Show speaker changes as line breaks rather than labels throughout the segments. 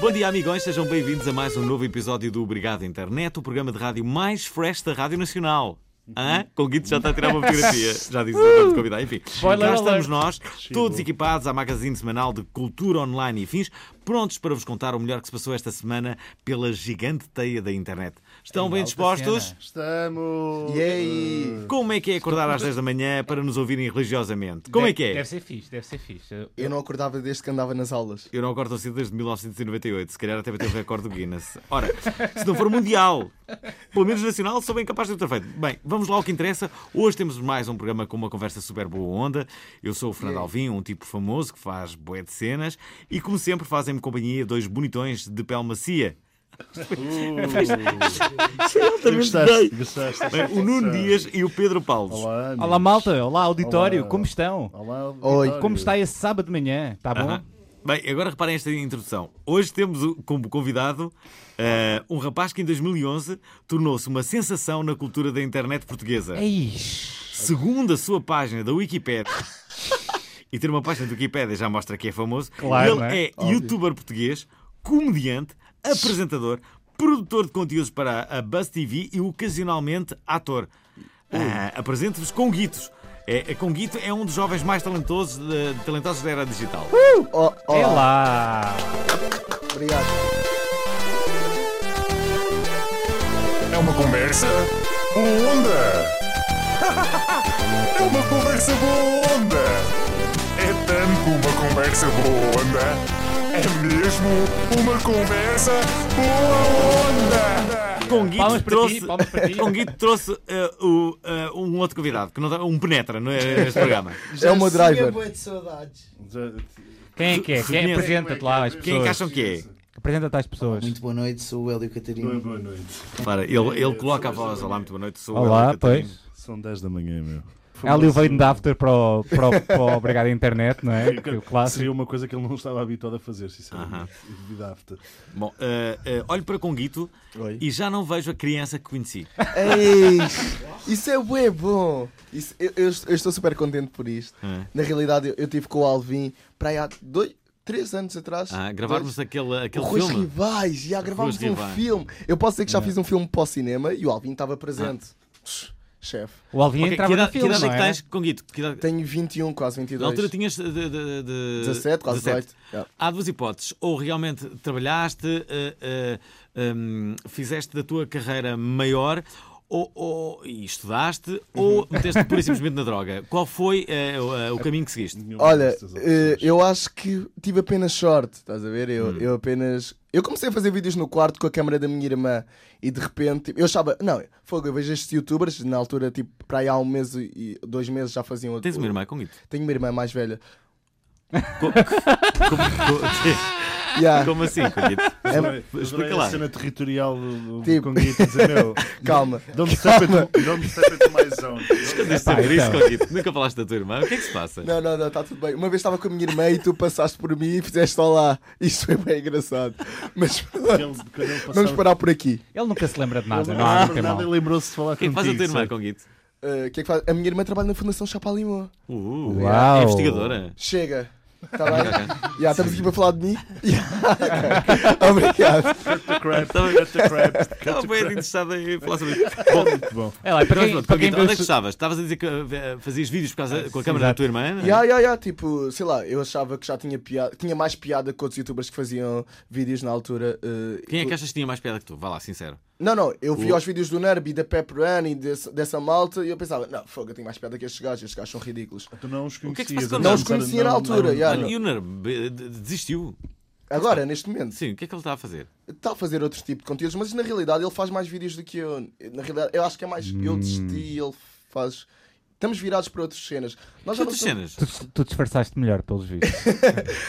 Bom dia, amigões, sejam bem-vindos a mais um novo episódio do Obrigado Internet, o programa de rádio mais fresh da Rádio Nacional. Hã? Com o Guido já está a tirar uma fotografia. Já disse o nome de convidado. Enfim,
Spoiler
cá estamos
alert.
nós, todos equipados à magazine semanal de cultura online e fins, prontos para vos contar o melhor que se passou esta semana pela gigante teia da internet. Estão bem
alta
dispostos?
cena.
Estamos!
E aí?
Como é que é acordar às 10 da manhã para nos ouvirem religiosamente? Como é que é?
Deve ser fixe, deve ser fixe.
Eu não acordava desde que andava nas aulas.
Eu não acordo assim desde 1998, se calhar até bateu o recorde do Guinness. Ora, se não for mundial, pelo menos nacional, sou bem capaz de o ter feito. Bem, vamos lá ao que interessa. Hoje temos mais um programa com uma conversa super boa onda. Eu sou o Fernando Alvim, um tipo famoso que faz boé de cenas. E como sempre, fazem-me companhia dois bonitões de pele macia.
Gostaste? Gostaste?
Bem, o Nuno Dias e o Pedro Paulo.
Olá, amigos.
Olá, malta. Olá, auditório.
Olá.
Como estão?
Olá,
Oi,
Como está esse sábado de manhã? Está bom?
Aham. Bem, agora reparem esta introdução. Hoje temos o- como convidado eh, um rapaz que em 2011 tornou-se uma sensação na cultura da internet portuguesa.
É Eish.
Segundo a sua página da Wikipédia, e ter uma página do Wikipédia já mostra que é famoso,
Claro,
ele
não
é,
é?
youtuber português, comediante, apresentador, produtor de conteúdos para a Buzz TV e ocasionalmente ator. Ah, Apresento-vos com Guitos. É, é, com Guito é um dos jovens mais talentosos, de- talentosos da era digital.
Oh,
É
olá,
lá.
obrigado.
É uma conversa boa onda. É uma conversa boa onda. É tanto uma conversa boa onda. É mesmo uma conversa boa onda.
Com Guito
Palmas para ti,
trouxe,
palmas para ti.
com Guito trouxe eh, o, eh, um outro convidado, que não dá- um penetra não é, neste programa.
é o meu driver.
boa de saudades.
Quem é que é? Quem
Reconhece.
é? apresenta-te lá às pessoas?
Quem é que acham que é?
Apresenta-te às pessoas.
Muito boa noite, sou o Hélio Catarino.
Boa noite.
Para, ele, ele coloca a voz. Olá, muito boa noite. Sou o
Olá,
Hélio Catarino.
pois.
São 10 da manhã, meu.
Hélio veio de after para o, para, o, para o Obrigado à Internet, não é? Que é O
Seria
clássico.
uma coisa que ele não estava habituado a fazer, sinceramente. Devido à after.
Bom, eh, eh, olho para Conguito
Oi.
e já não vejo a criança que conheci.
Ei, isso é bué bom. Isso- eu, eu- eu estou super contente por isto.
É.
Na realidade, eu, eu tive com o Alvin para aí há dois, três anos atrás.
Ah, gravarmos
dois,
aquele, aquele
com Rui
filme.
Rivais, já gravámos um
Rivais. É.
filme. Eu posso dizer que já fiz um filme para o cinema e o Alvin estava presente.
Ah.
Chefe,
O Alvin
Ok, que,
entrava no
idade, que
filme,
idade
não
é que
é?
tens, Conguito? Que idade-
tenho 21, quase 22.
Na altura tinhas de, de, de- de-
17, quase 18. Yeah.
Há duas hipóteses. Ou realmente trabalhaste, eh, eh, hum, fizeste da tua carreira maior ou, ou- e estudaste, ou meteste pura e simplesmente na droga. Qual foi eh, o- eh, o caminho que seguiste?
Nenhuma
Olha,
destas
eh,
opções. Hum.
eu acho que tive apenas sorte, estás a ver? Eu, eu apenas. Eu comecei a fazer vídeos no quarto com a câmera da minha irmã e de repente tipo, eu achava. Não, fogo, eu vejo estes youtubers, na altura, tipo, para aí há um mês e dois meses já faziam. o-
Tens uma irmã, Conguito?
Tenho uma irmã mais velha.
Co-
Yeah,
Como assim, Conguito?
Eu adorei- eu
explica
adorei a
lá.
cena territorial do, do
Tipo.
Conguito a dizer, meu,
calma.
Don't step it, don't step it my zone.
Tens de
Epá,
saber é isso,
então.
Conguito. Nunca falaste da tua irmã. O que é que se passa?
Não, não, não, está tudo bem. Uma vez estava com a minha irmã e tu passaste por mim e fizeste olá. Isto foi bem engraçado. Mas
Quando ele- quando ele
vamos
passava-
parar por aqui.
Ele nunca se lembra de nada.
Ele
Não, há
não
muito
tem nada e
mal.
lembrou-se de falar
O que é que faz a tua irmã,
contigo.
Conguito?
Eh, o que é que faz? A minha irmã trabalha na Fundação Chapalimau.
Uh,
Uau.
É investigadora.
Chega. Tá bem? Já estamos aqui para falar de mim? Já. Obrigado.
Crap, cut the crap,
Estava
cut the
bem
crap.
interessada em falar sobre isso. Bom,
Muito bom.
É lá, e para
mas
quem,
pronto,
para quem
Conguito, onde é que
viu-
estavas? Estavas a dizer que eh, fazias vídeos por causa, com a câmera da tua irmã? não é?
Já, já, já. Tipo, sei lá, eu achava que já tinha piada, tinha mais piada que outros youtubers que faziam vídeos na altura. eh,
Quem é que achas que tinha mais piada que tu? Vá lá, sincero.
Não, não, eu vi
O-
os vídeos do Nerb e da Pepper Ann e desse- dessa malta e eu pensava, não, fogo, eu tenho mais piada que estes gajos, estes gajos são ridículos.
Tu não os
que é que se
conhecias.
passa
Não os conhecia na altura, já.
Olha, E o Nerb eh, de- desistiu.
Agora, neste momento.
Sim, o que é que ele está a fazer?
está a fazer outro tipo de conteúdos, mas na realidade ele faz mais vídeos do que eu. Na realidade, eu acho que é mais. Eu
Hum.
desisti, ele faz. Estamos virados para outras cenas. Nós já não
Outras
somos-
cenas.
Tu, tu disfarçaste melhor, pelos vistos.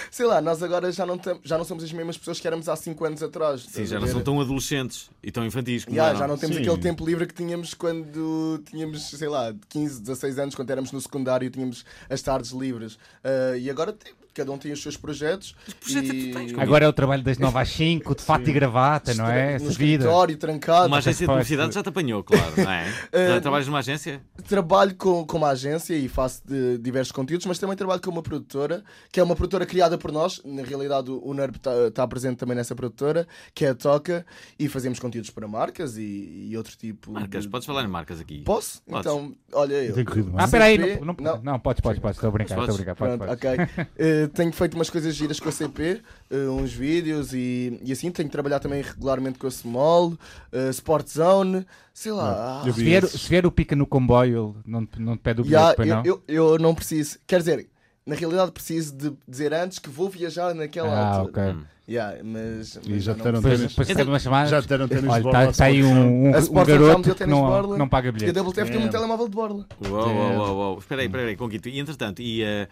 Sei lá, nós agora já não, tam- já não somos as mesmas pessoas que éramos há 5 anos atrás.
Sim,
estás
já
a
não
ver?
são tão adolescentes e tão infantis como
Yeah,
eram.
já não temos
Sim.
aquele tempo livre que tínhamos quando tínhamos, sei lá, de 15, 16 anos, quando éramos no secundário, tínhamos as tardes livres. Ah, e agora tem- cada um tem os seus projetos.
projetos é que
e...
tu tens, como
Agora é o trabalho das 9 às 5, de fato e gravata, não é?
No
Essa vida.
escritório, trancado.
Uma agência de
Faz-
publicidade já te apanhou, claro, não é?
Eh,
Já trabalhas numa agência?
Trabalho com, com uma agência e faço de- diversos conteúdos, mas também trabalho com uma produtora, que é uma produtora criada por nós. Na realidade, o o NERP está tá presente também nessa produtora, que é a Toca, e fazemos conteúdos para marcas e, e outro tipo.
Marcas,
de-
podes falar em marcas aqui.
Posso?
Podes.
Então, olha eu.
Tem corrido bem.
Ah, peraí,
CP,
não,
não.
não, não, podes, podes, podes, estou a brincar, estou a brincar, podes,
Pronto,
podes.
ok. Eh, tenho feito umas coisas giras com a CP, eh, uns vídeos e, e assim. Tenho trabalhado também regularmente com a Small, eh, Sport Zone, sei lá.
eu
ah,
Se vier, se vier o pica no comboio, ele não, te- não te pede o bilhete,
Yeah,
pois não?
eu, eu, eu não preciso. Quer dizer, na realidade preciso de dizer antes que vou viajar naquela
ah,
altura.
ok.
Yeah, mas, mas
E já
eu
te
não
deram
preciso.
Depois, depois
tênis?
recebe uma chamada.
Já te deram tênis de
Olha,
borla?
está tá aí um, um-
A
um
Sport já me deu
garoto que
tênis de
não,
borla.
não paga
E a
bilhete.
WTF tem um telemóvel de borla.
Uou, uou, uou, uou. Espera aí, espera aí, Conquito. E entretanto, e, eh,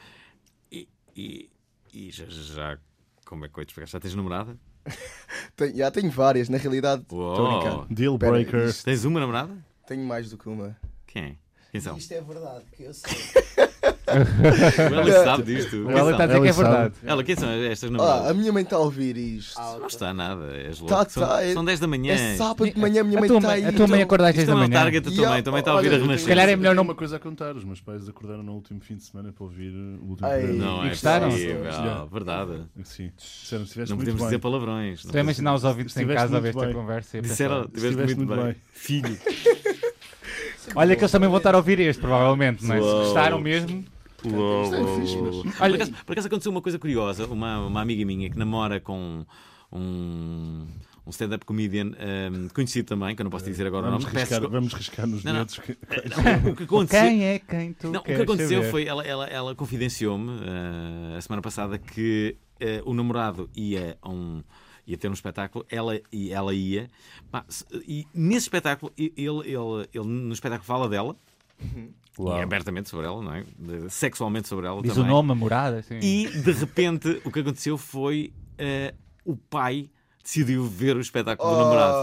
e, e, e já, já. Como é que eu ia te explicar? Já tens namorada?
Tem, yeah, tenho várias, na realidade.
Uou.
Estou a brincar.
Deal
Pera,
breaker.
isto-
Tens uma namorada?
Tenho mais do que uma. Ah,
Quem? Quem são?
Isto é verdade, que eu sei.
O Eli sabe disto. Quem
Ela
são?
está a dizer que é
Ela sabe.
verdade.
Ela, quem são estas
Ah, a
namoradas?
minha mãe está a ouvir isto.
Não está nada, és louco.
Tá, tá,
são,
é-
são 10 da manhã.
é sábado de manhã, a minha
A
mãe
tua
está
mãe,
aí.
a tua mãe
então-
acorda às 6
Isto
da
não é o
manhã.
target da tua
Yeah,
mãe, também está a ouvir a
olha,
renascença.
Se calhar é melhor não-
uma coisa a contar. Os meus pais acordaram no último fim de semana para ouvir o último
Ai.
programa.
Não,
E
é
gostaram?
possível,
Já.
verdade.
Sim. Disseram, estiveste
Não
muito
podemos
bem.
dizer palavrões. não
Estou a imaginar os ouvintes em
Estiveste
casa a ver
muito
esta
bem.
conversa. e a pensar,
Disseram, estiveste muito,
Estiveste
bem.
muito bem.
Filho.
Olha que eles também vão estar a ouvir este, provavelmente, não é? Se
Uou.
gostaram mesmo.
Uou,
é
uou,
fixe,
uou.
mas-
Por, acaso, por acaso aconteceu uma coisa curiosa. Uma, uma amiga minha que namora com um, um stand-up comedian ehm, conhecido também, que eu não posso dizer agora
Vamos
o nome.
riscar,
peço-
vamos riscar nos
Não, É não.
dedos. que-
O que aconteceu,
Quem é quem tu
Não, o que
queres
aconteceu
saber?
foi, ela, ela, ela confidenciou-me eh, a semana passada que eh, o namorado ia a um ia ter um espetáculo, ela, e ela ia, Pá, se- e nesse espetáculo, e- ele, ele, ele no espetáculo fala dela, e abertamente sobre ela, não é? De- Sexualmente sobre ela
Diz
também.
o nome, a morada, assim.
E de repente o que aconteceu foi eh, o pai decidiu ver o espetáculo
Oh.
um
do namorado.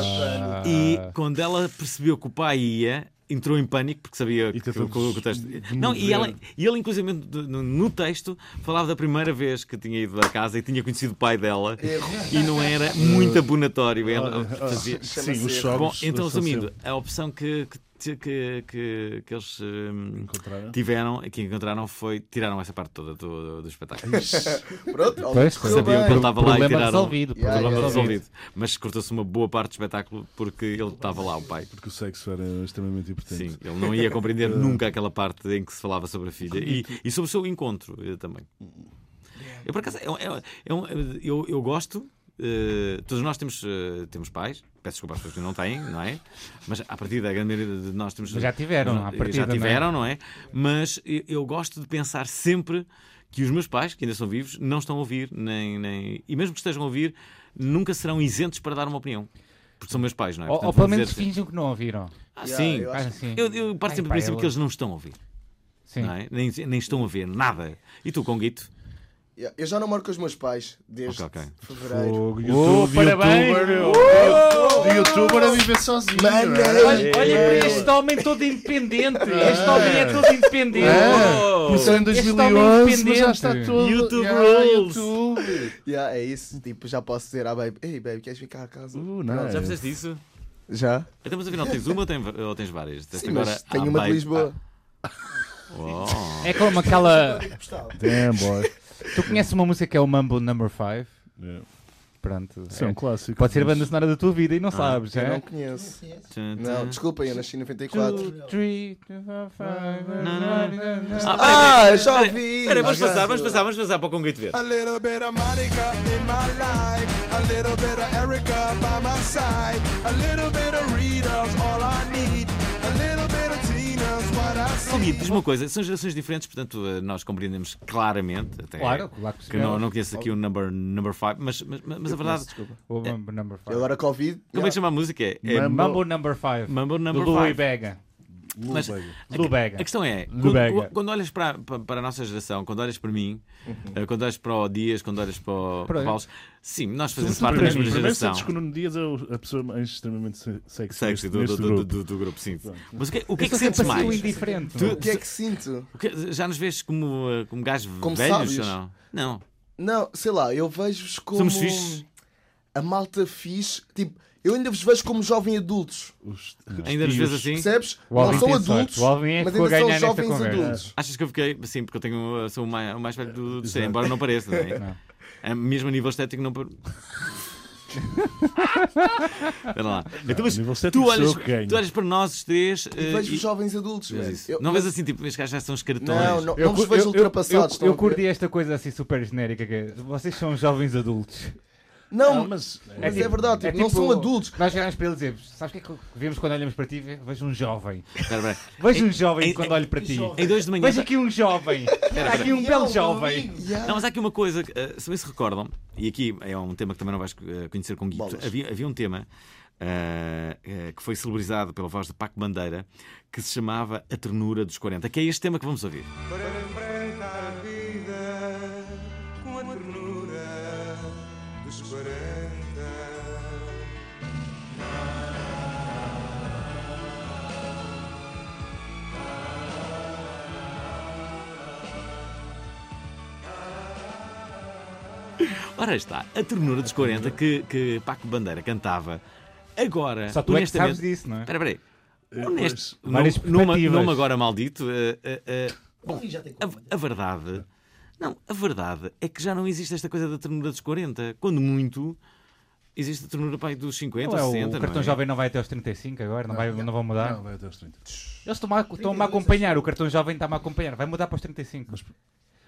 Opa.
E
Ah.
quando ela percebeu que o pai ia, entrou em pânico porque sabia que,
tentou
o- que o- que o texto.
de- de
Não, e,
mover.
ela, e ele, inclusive, no, no texto, falava da primeira vez que tinha ido da casa e tinha conhecido o pai dela e não era muito abonatório. Ela fazia.
Ah, Sim, os
Bom,
jogos.
Bom, então,
são
resumindo,
sempre-
a opção que, que, que, que, que eles hum,
Encontraram?
tiveram, que encontraram, foi. tiraram essa parte toda do, do espetáculo.
Pronto, ao menos
Pois,
correu
Sabiam que ele
bem.
estava lá e
Problema
tiraram.
resolvido,
Problema
problema
resolvido. Mas cortou-se uma boa parte do espetáculo porque ele estava lá, o pai.
Porque o sexo era extremamente importante.
Sim, ele não ia compreender
Ah.
nunca aquela parte em que se falava sobre a filha e, e sobre o seu encontro eh, também. Eu, por acaso, é um- é um- é um- eu, eu gosto. eh, todos nós temos, eh, temos pais, peço desculpa às pessoas que não têm, não é? Mas a partir da grande maioria de nós temos.
Mas já tiveram, à
já
partida, não é?
tiveram, não é? Mas eu, eu gosto de pensar sempre que os meus pais, que ainda são vivos, não estão a ouvir, nem, nem... e mesmo que estejam a ouvir, nunca serão isentos para dar uma opinião. Porque são meus pais, não é?
Ou, ou
Portanto,
pelo
vou
menos
dizer-
fingem que não ouviram.
Ah,
Yeah,
sim,
eu
Faz assim.
eu, eu paro
Ai,
sempre do
pá,
princípio
ela-
que eles não estão a ouvir,
Sim.
não é? nem, nem estão a ver nada. E tu, Conguito?
Yeah, Eu já namoro com os meus pais desde
Ok, ok.
fevereiro.
Oh,
Fogo, YouTube,
parabéns!
YouTuber,
meu.
O youtuber a viver sozinho.
Mano,
não é?
Olha, olha para este homem todo independente. Este homem é todo independente.
É,
É.
Oh!
Começou em
Este homem
2011, mas já
independente.
está todo.
YouTube
Yeah,
rules.
YouTube.
Yeah, é isso, tipo, já posso dizer à baby, ei baby, queres ficar à casa?
Uhum.
Uh, nice.
Já fizeste isso?
Já?
Até mas afinal tens uma ou tens, ou tens várias? Tens
Sim, mas
ah,
tenho uma de
babe,
Lisboa.
ah, oh.
É como aquela.
Damn, boy.
Tu conheces uma música que é o Mumble Number 5?
É.
Yeah.
Pronto.
Isso é um clássico.
Pode ser a
mas-
banda sonora da tua vida
Ah,
e não sabes,
Eu não
é?
conheço.
Tã, tã.
Não, desculpa, eu nasci em 94.
2, 3, 4,
Ah, peraí,
5.
Ah,
peraí,
já
peraí.
vi!
Peraí, vamos
Já
passar,
vi.
vamos passar, vamos passar para o Conguito ver.
A little bit of Monica in my life, a little bit of Erica by my side, a little bit of Rita's all I need, a little bit of Tina's what I
Oh,
see.
Gui, diz uma coisa, são gerações diferentes, portanto eh, nós compreendemos claramente, até
Claro, claro que
que não, não conheço aqui o number 5, number five, mas, mas, mas a verdade,
O Mambo Number 5.
E Agora Covid.
como é que chama a música? É
Mambo-
Mambo Number 5.
Mambo
Do
Number
Louis
5.
Bega.
Mas-
Lubega.
Lou Bega.
A questão é,
Do
quando,
Bega.
quando olhas para, para, para a nossa geração, quando olhas para mim, eh, quando olhas para o Dias, quando olhas para o
Para-
Paulo, sim, nós fazemos parte da
Primeiro,
mesma
primeiro
geração.
sentes que o Nuno Dias é o- a pessoa mais extremamente se-
Sexy
sexy, sexy
do, do,
neste
do,
grupo.
do- do grupo, sim. Mas o que, o que é que
Eu sempre
sentes
passivo
mais?
indiferente.
Tu-
não é?
O que é que sinto?
O que- já nos vês como, eh, como gajos
Como
velhos ou
sábios?
não? Não.
Não, sei lá, eu vejo-vos como.
Somos fixes.
A malta fixe. Tipo, eu ainda vos vejo como jovem adultos.
Os-
Ainda nos vês assim?
Percebes?
O Alvin
Não são
tem sorte.
adultos,
O Alvin é que
mas
ficou a
ainda são
ganhar nesta
jovens
conversa.
adultos.
Achas que eu fiquei? Sim, porque eu tenho, sou o mais, o mais velho do, do ser,
Exato.
embora não pareça, não é?
Não.
É, Mesmo a nível estético, não. par- Espera lá. Então, mas
a nível estético
tu,
sou
olhas,
eu que ganho.
tu olhas para nós os três. eh,
E vejo
e-
vos jovens adultos,
mas
velho.
isso.
Eu-
não
eu-
vês assim, tipo, estes gajos já são os cartões.
Não, não, não vos
cu-
vejo ultrapassados.
Eu,
estão
eu
a ver?
curti esta coisa assim super genérica que é, vocês são jovens adultos.
Não,
Não, mas eh,
Mas é verdade, tipo, não são adultos.
Nós olhamos para ele e dizemos, sabes o que é que vemos quando olhamos para ti? Vejo um jovem.
Espera, espera.
Vejo
Em-
um jovem
em-
quando olho para ti.
Em dois de manhã.
Vejo aqui um jovem. Há aqui
é
um belo jovem.
Yeah.
Não, mas há aqui uma coisa, que, eh, se bem se recordam, e aqui é um tema que também não vais eh, conhecer com Guito.
Bolas.
Havia, havia um tema eh, eh, que foi celebrizado pela voz de Paco Bandeira que se chamava A Ternura dos 40, que é este tema que vamos ouvir.
Para enfrentar a vida com a ternura dos 40.
Ora está, A Ternura dos 40 que, que Paco Bandeira cantava. Agora,
Só tu é que
honestamente-
sabes disso, não é?
Espera, espera aí. Honesto,
pois, várias
num- numa,
perspectivas.
numa agora maldito. eh, eh, eh, bom, a, a verdade. Não, a verdade é que já não existe esta coisa da ternura dos 40. Quando muito, existe a ternura pai, dos 50,
Não é,
60.
o cartão
não é?
jovem não vai até aos 35 agora, não, vai, não vão mudar.
Não, vai até aos 30.
Eles estão-me a, estão-me a acompanhar, o cartão jovem está-me a acompanhar, vai mudar para os 35.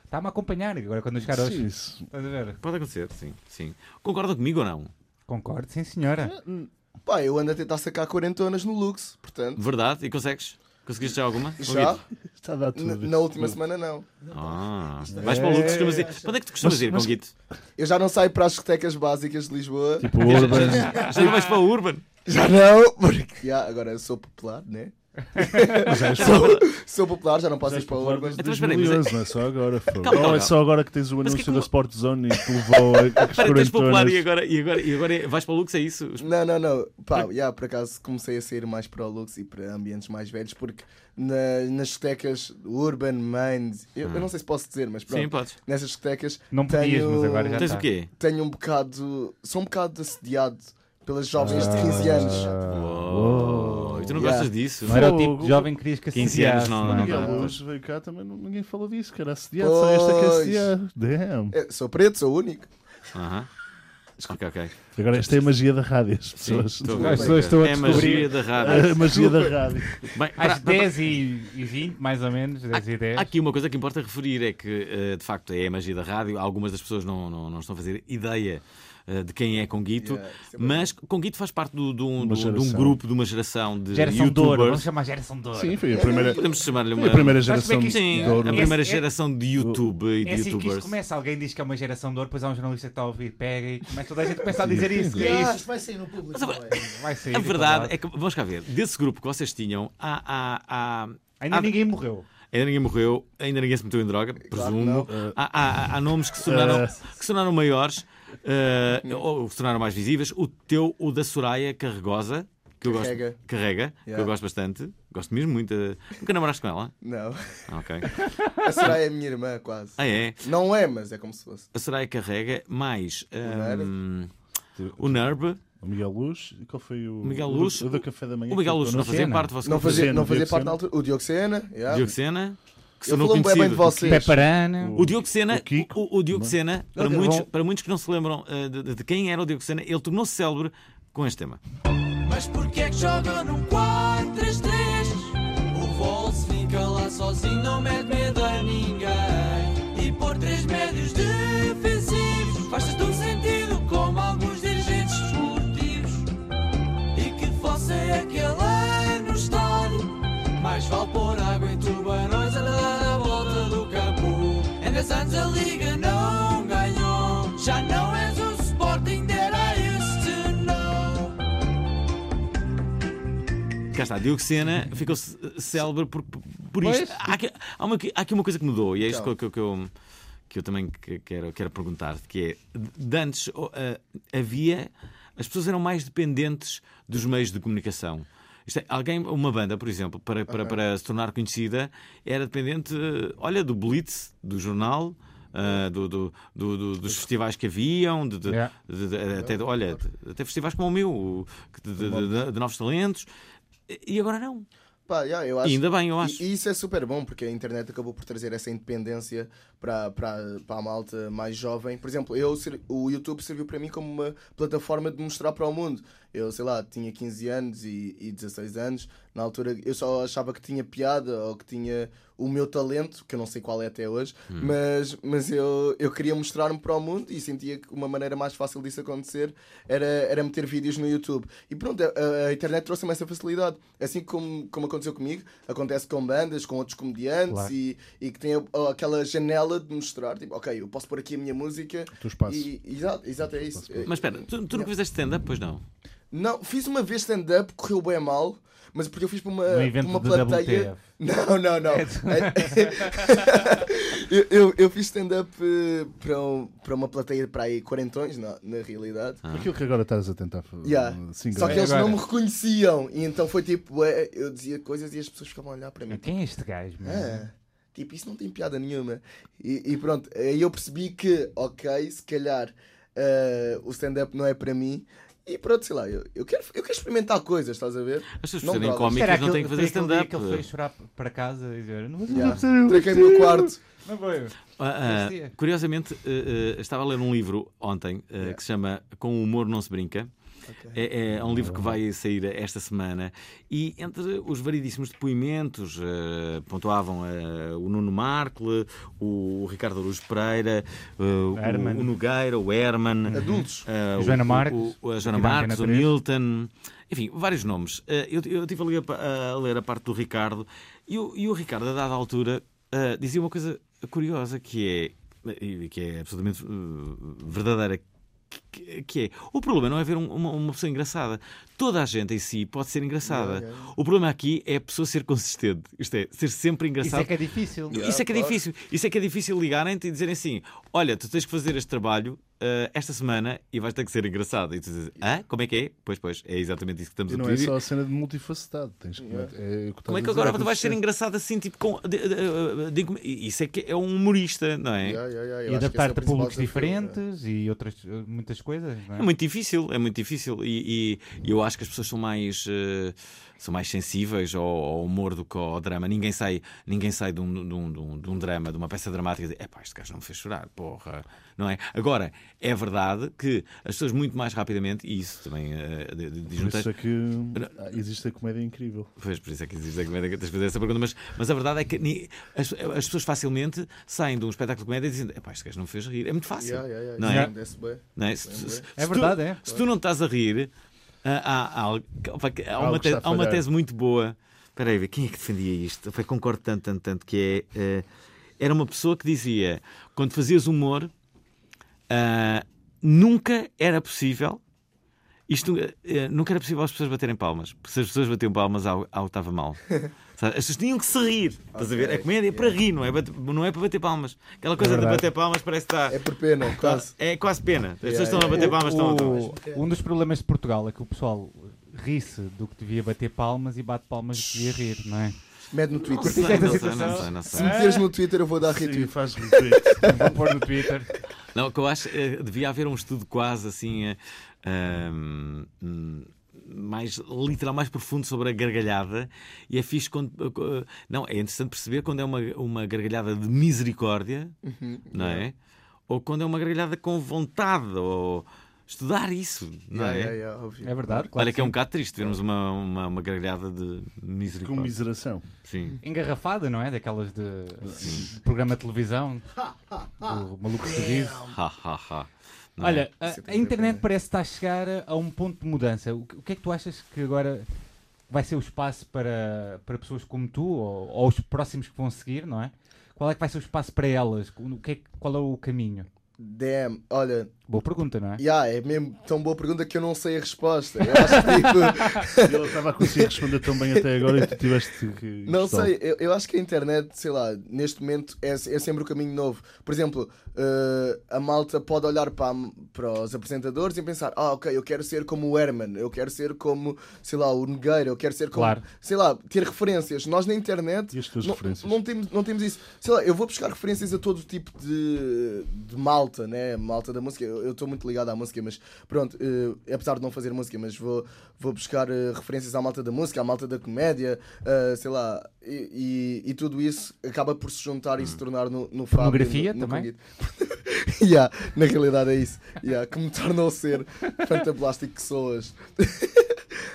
Está-me a acompanhar agora quando eu chegar hoje.
Sim, isso.
Estás a ver?
Pode acontecer, sim, sim. Concordam comigo ou não?
Concordo, sim senhora.
um- Pá, eu ando a tentar sacar quarentonas no Lux, portanto.
Verdade? E consegues? Conseguiste já alguma?
Já?
Está a dar
Na,
tudo.
na última semana, não.
Ah, vais para o Lu, costumas ir. Para onde é que tu costumas ir,
mas-
Conguito?
Eu já não saio para as discotecas básicas de Lisboa.
Tipo, Urban.
Já não vais para o Urban?
Já não, porque. Yeah, agora eu sou popular, né? sou, sou popular, já não posso ir para o Urban.
Então,
Então,
espera aí, mas é-
não é só agora, fogo.
Calma,
Ou
calma.
é só agora que tens o
Mas
anúncio
que é que
da
o-
Sport Zone e que te levou a que os
Espera, tu és popular e
quarentonas-
agora, e, agora, e agora vais para o Lux, é isso? Os-
Não, não, não. Pá, yeah, por acaso comecei a sair mais para o Lux e para ambientes mais velhos, porque na- nas discotecas Urban, Minds, eu, eu não sei se posso dizer, mas pronto.
Sim, podes.
Nessas discotecas.
Não podias, mas agora já
Tens
tá.
o quê?
Tenho um bocado. Sou um bocado assediado pelas jovens de 15 anos.
Oh, e tu não
Yeah.
gostas disso?
Não era o
Fogo.
tipo de jovem que querias que
15 anos,
assediasse,
não,
mano.
não
Miguel
dá.
Luz veio cá também, não- ninguém falou disso, que era assediado, só esta que é
Pois.
assediado. Damn.
É, sou preto, sou único.
Aham. Ok, ok.
Agora esta é a magia da rádio, as
Sim,
pessoas.
estou
As
bem.
pessoas estão a
É magia
descobrir.
da
A
rádio.
magia da rádio.
Bem, para-
Às 10 e, e 20, mais ou menos, 10 e 10.
Há aqui uma coisa que importa referir: é que eh, de facto é a magia da rádio. Algumas das pessoas não, não, não estão a fazer ideia eh, de quem é Conguito,
Yeah, isso é verdade.
mas Conguito faz parte do, do- do- de um
geração.
grupo, de uma geração de
Geração de ouro, vamos
youtubers.
chamar geração de ouro.
Sim, foi a primeira,
Podemos chamar-lhe
foi
uma.
a primeira
Sabes como é
geração
que isto-
Sim,
de
Yeah.
ouro.
a
É-
primeira
é-
geração de YouTube e de
É assim que isto
youtubers.
começa. Alguém diz que é uma geração de ouro, depois há um jornalista que está a ouvir, pega e começa toda a gente começa a dizer isso, que é
Yeah.
isto.
Vai sair no público.
Mas a-
não vai?
Vai sair.
A verdade é que, vamos cá ver, desse grupo que vocês tinham, há- há- há,
Ainda
há-
ninguém morreu.
Ainda ninguém morreu, ainda ninguém se meteu em droga, presumo. Ah, há, há- há nomes que se tornaram,
Eh.
que se tornaram maiores, eh, ou se tornaram mais visíveis. O teu, o da Soraya Carregosa, que eu
Carrega.
gosto. Carrega, que eu
Yeah.
gosto bastante. Gosto mesmo muito. eh, Nunca namoraste com ela?
Não.
Ah, ok.
A Soraya é a minha irmã, quase.
Ah, é.
Não é, mas é como se fosse.
A Soraya Carrega, mais
Nerb.
ehm, o Nerb.
O Miguel Luz, e qual foi o.
O Miguel
o do-
Luz,
O do café da manhã.
O Miguel
que
Luz não
connosco?
fazia
Diocesano.
parte do vosso
Não
grupo.
fazia, não fazia
Diocesano.
parte na altura. O Diogo Sena, yeah.
Diogo Sena, que se
Ele
tornou
falou bem bem
conhecido.
de vocês.
Peparana.
O Diogo Sena,
o Kiko.
o, o Diogo Sena para,
Ele-
muitos,
vão-
para muitos que não se lembram eh, de, de- de quem era o Diogo Sena, ele tornou-se célebre com este tema.
Mas porquê é que jogam num 4-3-3? O Volse fica lá sozinho, não mete medo a ninguém. E por três médios defensivos, faz todo um sentido como alguns dirigentes esportivos. E que fosse aquele no estádio, mais vale pôr água Já não és o Sporting that I used to know.
Cá está, Diogo Sena ficou c- célebre por, por isto.
Pois. Então.
Há aqui, há uma, há aqui uma coisa que mudou e é isto que, eu- que eu- que eu, que eu também que- quero, quero perguntar que é, de antes oh, ah, havia, as pessoas eram mais dependentes dos meios de comunicação. Isto é, alguém, uma banda, por exemplo, para, para, para se tornar conhecida, era dependente, eh, olha, do Blitz, do jornal, ah, do, do- do- do- dos festivais que haviam, de- de-
Yeah.
de- de- até, de- olha, de- até festivais como o meu, o- que- de, de- de- de novos talentos. E agora não.
Pá, yeah, eu acho-
Ainda bem, eu
e-
acho.
E, isso é super bom, porque a internet acabou por trazer essa independência para, para, para a malta mais jovem. Por exemplo, eu, ser- o YouTube serviu para mim como uma plataforma de mostrar para o mundo. Eu, sei lá, tinha 15 anos e, e 16 anos. Na altura, eu só achava que tinha piada ou que tinha o meu talento, que eu não sei qual é até hoje,
Hum.
mas, mas eu, eu queria mostrar-me para o mundo e sentia que uma maneira mais fácil disso acontecer era, era meter vídeos no YouTube. E pronto, a, a internet trouxe-me essa facilidade. Assim como, como aconteceu comigo, acontece com bandas, com outros comediantes
Claro.
e, e que tem a- aquela janela de mostrar, tipo, ok, eu posso pôr aqui a minha música.
teu espaço.
E, exato, exato, é isso.
Mas espera, tu, tu nunca fizeste stand-up? Pois não.
Não, fiz uma vez stand-up, correu bem mal, mas porque eu fiz para uma,
No
para
evento
uma
do
plateia.
WTF.
Não, não, não. eu, eu, eu fiz stand-up eh, para, um- para uma plateia para aí quarentões, na, na realidade.
Aquilo que agora estás a tentar fazer.
Yeah.
Sim,
Só que eles
Ah, Agora.
não me reconheciam. E então foi tipo, ué, eu dizia coisas e as pessoas ficavam a olhar para mim.
Quem é este gajo, meu?
Ah, tipo, isso não tem piada nenhuma. E, e pronto, aí eu percebi que, ok, se calhar ah, o stand-up não é para mim. E pronto, sei lá, eu, eu quero, eu quero experimentar coisas, estás a ver?
As pessoas
Não
serem
provas.
cómicas não
aquele-
têm que fazer
foi aquele dia
stand-up.
que ele foi chorar para casa e dizer: Não vou fazer
Yeah.
nada."
Tranquei-me no quarto.
Não foi.
Ah, ah,
Este dia.
curiosamente, eh, eh, estava a ler um livro ontem eh, que se chama Com o Humor Não Se Brinca. É, é um livro que vai sair esta semana e entre os variedíssimos depoimentos eh, pontuavam eh, o Nuno Markle, o Ricardo Aruz Pereira, eh, o,
Herman.
o Nogueira, o Herman,
Adultos.
eh,
A
o-
Joana
o-
Marques,
o, a
que
Joana
dá
Marques, o
Antena três.
Milton, enfim, vários nomes. Eh, Eu eu estive ali a, pa- a ler a parte do Ricardo e o, e o Ricardo, a dada altura, eh, dizia uma coisa curiosa que é, e que é absolutamente eh, verdadeira. que- Que é, o problema não é ver um- uma, uma pessoa engraçada. Toda a gente em si pode ser engraçada. O problema aqui é a pessoa ser consistente, isto é, ser sempre
Isso
engraçado.
é que é difícil.
Isso é que é
claro.
difícil. Isso é que é difícil ligarem-te e dizerem assim: olha, tu tens que fazer este trabalho eh, esta semana e vais ter que ser engraçado. E tu dizes, hã? Como é que é? Pois, pois, é exatamente isso que estamos
E
a
não é
pedir.
só a cena de multifacetado. Tens que... é o
Como é
estás
que
a dizer,
agora tu
é
vais ser
consistente.
engraçado assim, tipo, com. de- de- de- de- de- isso é que é um humorista, não é?
Yeah, yeah, yeah,
E
eu acho que esse é o
adaptar-te a
principal
públicos
desafio,
diferentes e outras eh, muitas coisas. Não é?
É muito difícil, é muito difícil. E, e- e eu acho que as pessoas são mais, eh, são mais sensíveis ao, ao humor do que ao drama. Ninguém sai, ninguém sai de, um, de um- de um- de um drama, de uma peça dramática, e diz: epá, este gajo não me fez chorar, porra. Não é? Agora, é verdade que as pessoas muito mais rapidamente, e isso também eh, de- de- diz
Por
um
isso
texto.
é que ah, existe a comédia incrível.
Pois, por isso é que existe a comédia que tens de fazer essa pergunta, mas, mas a verdade é que ni- as, as pessoas facilmente saem de um espetáculo de comédia dizendo: epá, este gajo não me fez rir. É muito fácil.
Yeah, yeah, yeah,
não
isso
é?
acontece bué.
Não é? Se- se- se
É
tu-
verdade, é.
Se tu não estás a rir, ah, há, há algo- opa, que- há
Algo
uma, tese,
está a
há uma
falhar.
tese muito boa. Espera aí, quem é que defendia isto? Opa, concordo tanto, tanto, tanto que é. eh, era uma pessoa que dizia: quando fazias humor, ah, nunca era possível. Isto nunca- eh, nunca era possível as pessoas baterem palmas. Porque se as pessoas batiam palmas, algo, algo estava mal. Sabe? As pessoas tinham que se rir. Estás a ver? A comédia é para rir, não é, bate- não é para bater palmas. Aquela coisa de
verdade.
bater palmas parece que está.
É por pena, quase.
É quase pena. As pessoas
yeah,
estão a bater palmas, então, estão a bater palmas.
O- um dos problemas de Portugal é que o pessoal ri-se do que devia bater palmas e bate palmas do que devia rir, não é?
Mete no Twitter.
Não sei, não sei,
situação?
não sei, não
Se
sei.
meteres no Twitter, eu vou dar
Sim,
retweet.
faz retweet.
Vou pôr no Twitter.
Não, o que eu acho eh, devia haver um estudo quase assim eh, ahm, hum, mais literal, mais profundo sobre a gargalhada. E é fixe quando. eh, Não, é interessante perceber quando é uma, uma gargalhada de misericórdia,
Uhum.
não é? Ou quando é uma gargalhada com vontade, ou estudar isso, não
Yeah,
é?
yeah, yeah, óbvio.
É verdade, claro.
Olha que é um
sim.
bocado triste vermos uma, uma, uma gargalhada de
Com
misericórdia.
miseração.
Sim.
Engarrafada, não é? Daquelas de, de programa de televisão. O maluco sorriso.
Ha, ha, ha. Não é?
Olha, a,
Isso é
a internet parece estar a chegar a um ponto de mudança. O que, o que é que tu achas que agora vai ser o espaço para, para pessoas como tu ou, ou os próximos que vão seguir, não é? Qual é que vai ser o espaço para elas? O que é que- qual é o caminho?
Damn, olha,
Boa pergunta, não é?
yeah, é mesmo tão boa pergunta que eu não sei a resposta. Eu acho que tipo,
Ele estava a conseguir responder tão bem até agora e tu tiveste que.
Não
gostar.
sei, eu, eu acho que a internet, sei lá, neste momento é, é sempre o caminho novo. Por exemplo, eh, a malta pode olhar para, a- para os apresentadores e pensar: ah, ok, eu quero ser como o Herman, eu quero ser como, sei lá, o Nogueira, eu quero ser como,
Claro.
sei lá, ter referências. Nós na internet
E as tuas
não,
referências?
não temos, não temos isso. Sei lá, eu vou buscar referências a todo tipo de, de malta, né? Malta da música. Eu eu estou muito ligado à música, mas pronto, eh, apesar de não fazer música, mas vou, vou buscar eh, referências à malta da música, à malta da comédia, eh, sei lá, e, e- e tudo isso acaba por se juntar
Hum.
e se tornar no, no Fábio.
Pornografia
no- no
também?
Conguito. yeah, na realidade é isso. Yeah, que me tornou ser fantablástico que sou hoje.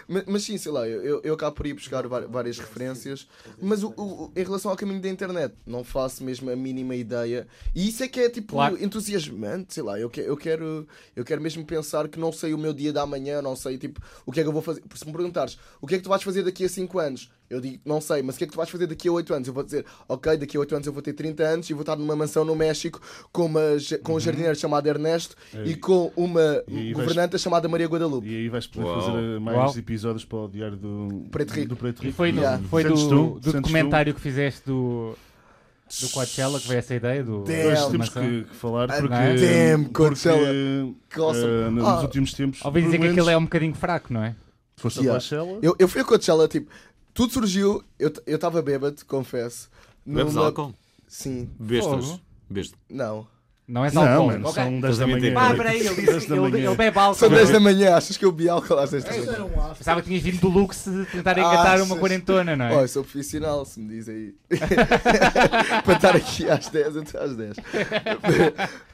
Ma- Mas sim, sei lá, eu, eu, eu acabo por ir buscar va- várias referências, mas o, o- o- em relação ao caminho da internet, não faço mesmo a mínima ideia. E isso é que é tipo
Claro.
entusiasmante, sei lá, eu, que, eu, quero, eu quero mesmo pensar que não sei o meu dia da manhã, não sei tipo o que é que eu vou fazer. Por se me perguntares o que é que tu vais fazer daqui a 5 anos, eu digo não sei, mas o que é que tu vais fazer daqui a 8 anos? Eu vou dizer, ok, daqui a 8 anos eu vou ter 30 anos e vou estar numa mansão no México com, uma, ja- com um jardineiro chamado Ernesto e com uma
Uhum. É E vais-
governanta chamada Maria Guadalupe.
E aí vais poder
Uau.
fazer mais
Uau.
episódios para o Diário do
Preto Rico.
Do Preto
E
Rico.
foi, do,
Yeah.
foi do,
Sentes tu?
do
Sentes
documentário que fizeste do, do Coachella, que veio essa ideia do...
Damn.
Hoje
da
temos
maçã.
que, que falar
Ah,
porque.
damn,
porque
Coachella.
eh,
Que awesome.
nos
Ah,
últimos tempos.
Ouvi dizer
pelo
que
menos,
aquilo é um bocadinho fraco, não é?
Foste
Yeah.
a Coachella.
Eu, eu fui a Coachella, tipo, tudo surgiu, eu t- eu estava bêbado, confesso.
Bebes
numa-
álcool?
Sim,
Bestas.
Fogo.
Bestas.
não.
Não é
Não,
alcoólico.
mano,
Ok.
são 10 da
Estás a
manhã.
mentir.
Ah, peraí, ele
Dez
disse
da
ele,
manhã.
ele bebe álcool.
São 10 da manhã, achas que eu bebi álcool às 6 da
Isso
manhã?
era um after.
Pensava que tinhas vindo do luxo de tentar engatar
Ah,
uma
sim.
quarentona, não é?
Oh, eu sou profissional, se me diz aí. Para estar aqui às 10, até às 10.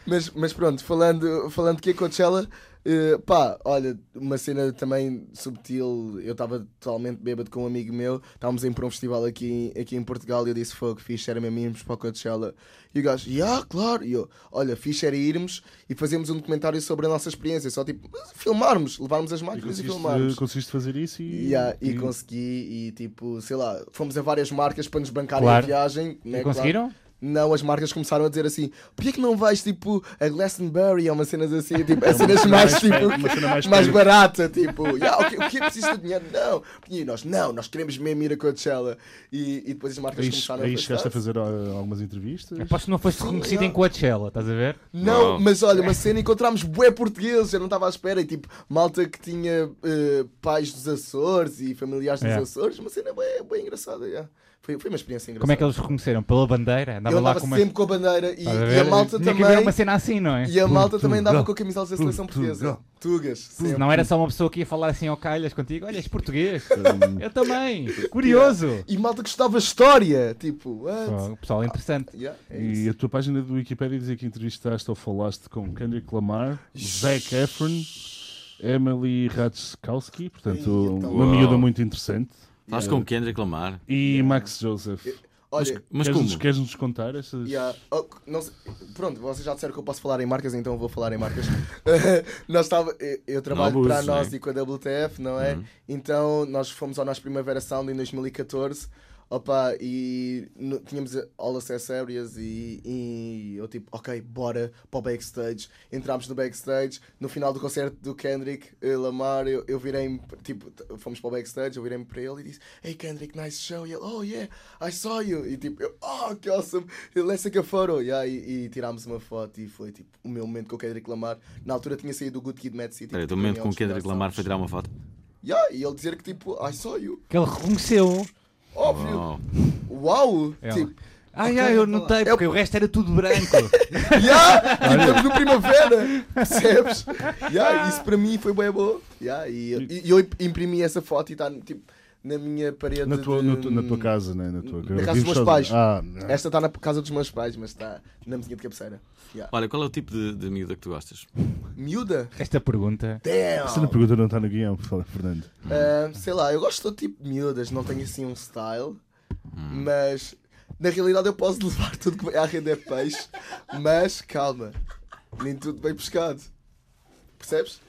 mas, mas pronto, falando, falando que a Coachella, eh, pá, olha, uma cena também subtil. Eu estava totalmente bêbado com um amigo meu, estávamos a ir para um festival aqui, em- aqui em Portugal e eu disse: Fogo, fixe era mesmo irmos para a Coachella. E o gajo, yeah, claro. E eu, olha, fixe era irmos e fazermos um documentário sobre a nossa experiência, só tipo, filmarmos, levarmos as
E
máquinas e, filmarmos.
conseguiste, conseguiste fazer isso e.
Yeah, e
e-
consegui, e tipo, sei lá, fomos a várias marcas para nos bancarem
Claro.
a viagem. né,
E
claro.
conseguiram?
Não, as marcas começaram a dizer assim: porquê que não vais tipo a Glastonbury ou umas cenas assim, tipo, as cenas mais, tipo,
É uma cena mais
mais,
perto.
barata, tipo, "Ya, o que o que é preciso de dinheiro? Não, e nós, não, nós queremos mesmo ir a Coachella. E, e depois as marcas
Aí,
começaram
aí
a
chegaste a
pensar,
fazer ah, algumas entrevistas.
Aposto que não foste
Sim, é.
reconhecido
não.
em Coachella, estás a ver?
Não,
Uau.
mas olha, uma cena encontramos bué portugueses, eu não estava à espera, e tipo, malta que tinha eh, pais dos Açores e familiares dos
É.
Açores, uma cena bué, bué engraçada, yeah. foi, foi uma experiência engraçada.
Como é que eles reconheceram? Pela bandeira? Andava
eu
lá
andava
com uma...
sempre com a bandeira e,
Estás a
e a
ver?
malta
Tinha que
também,
haver uma cena assim, não é?
e a malta também andava
Portugal.
com camiselas da seleção portuguesa,
Portugal.
tugas, sempre.
Não é- era só uma pessoa que ia falar assim ao calhas contigo, olha, és português. eu também. Curioso.
e malta que estudava história, tipo, what?
Pô, pessoal, interessante.
Yeah, é
E
isso.
a tua página do Wikipedia dizia que entrevistaste ou falaste com Kendrick Lamar, Zac Efron, Emily Ratajkowski, portanto,
Ei, então-
uma
Uau.
miúda muito interessante,
É.
Estás com quem reclamar?
e Max Joseph.
Olha,
Mas
Queres-nos-
como?
Queres-nos contar essas?
Yeah. Oh, não sei- Pronto, vocês já disseram que eu posso falar em marcas, então eu vou falar em marcas. nós estava, eu, eu trabalho
abuses,
para a nós
né?
e com a WTF, não é? Então nós fomos ao nosso Primavera Sound em 2014. Opa, e no- tínhamos all access areas e, e eu tipo, ok, bora para o backstage. Entramos no backstage, no final do concerto do Kendrick eh, Lamar, eu, eu virei-me, tipo, t- fomos para o backstage, eu virei-me para ele e disse, hey Kendrick, nice show, e ele, oh yeah, I saw you, e tipo, eu, oh que awesome, let's take a photo, yeah, e, e tirámos uma foto e foi tipo o meu momento com o Kendrick Lamar, na altura tinha saído do Good Kid, Mad City.
Espera,
tipo,
o momento
Daniel
com quem reclamar
Desgraçados.
foi tirar uma foto.
Yeah, e ele dizer que tipo, I saw you,
Que ele reconheceu.
óbvio,
Uau. Oh.
uau,
Ela.
tipo,
Ai, ai, eu notei, porque o resto era tudo branco.
Yeah! Tipo, estamos no primavera! Percebes? Yeah, isso para mim foi bem bom. Yeah, e, e- e eu imprimi essa foto e está tipo, na minha parede.
Na tua,
de-
na, tua, na tua casa, né? na tua
Na
eu
casa
vi
dos meus
só-
pais.
Ah, não.
Esta está na casa dos meus pais, mas está na mesinha de cabeceira.
Olha, qual é o tipo de, de miúda que tu gostas?
Miúda?
Esta pergunta.
Essa
Damn!
na pergunta não está no guião, por favor, Fernando.
Ah, sei lá, eu gosto de todo tipo de miúdas, não tenho assim um style, mas na realidade eu posso levar tudo que vai à rede é peixe, mas calma, nem tudo bem pescado. Percebes?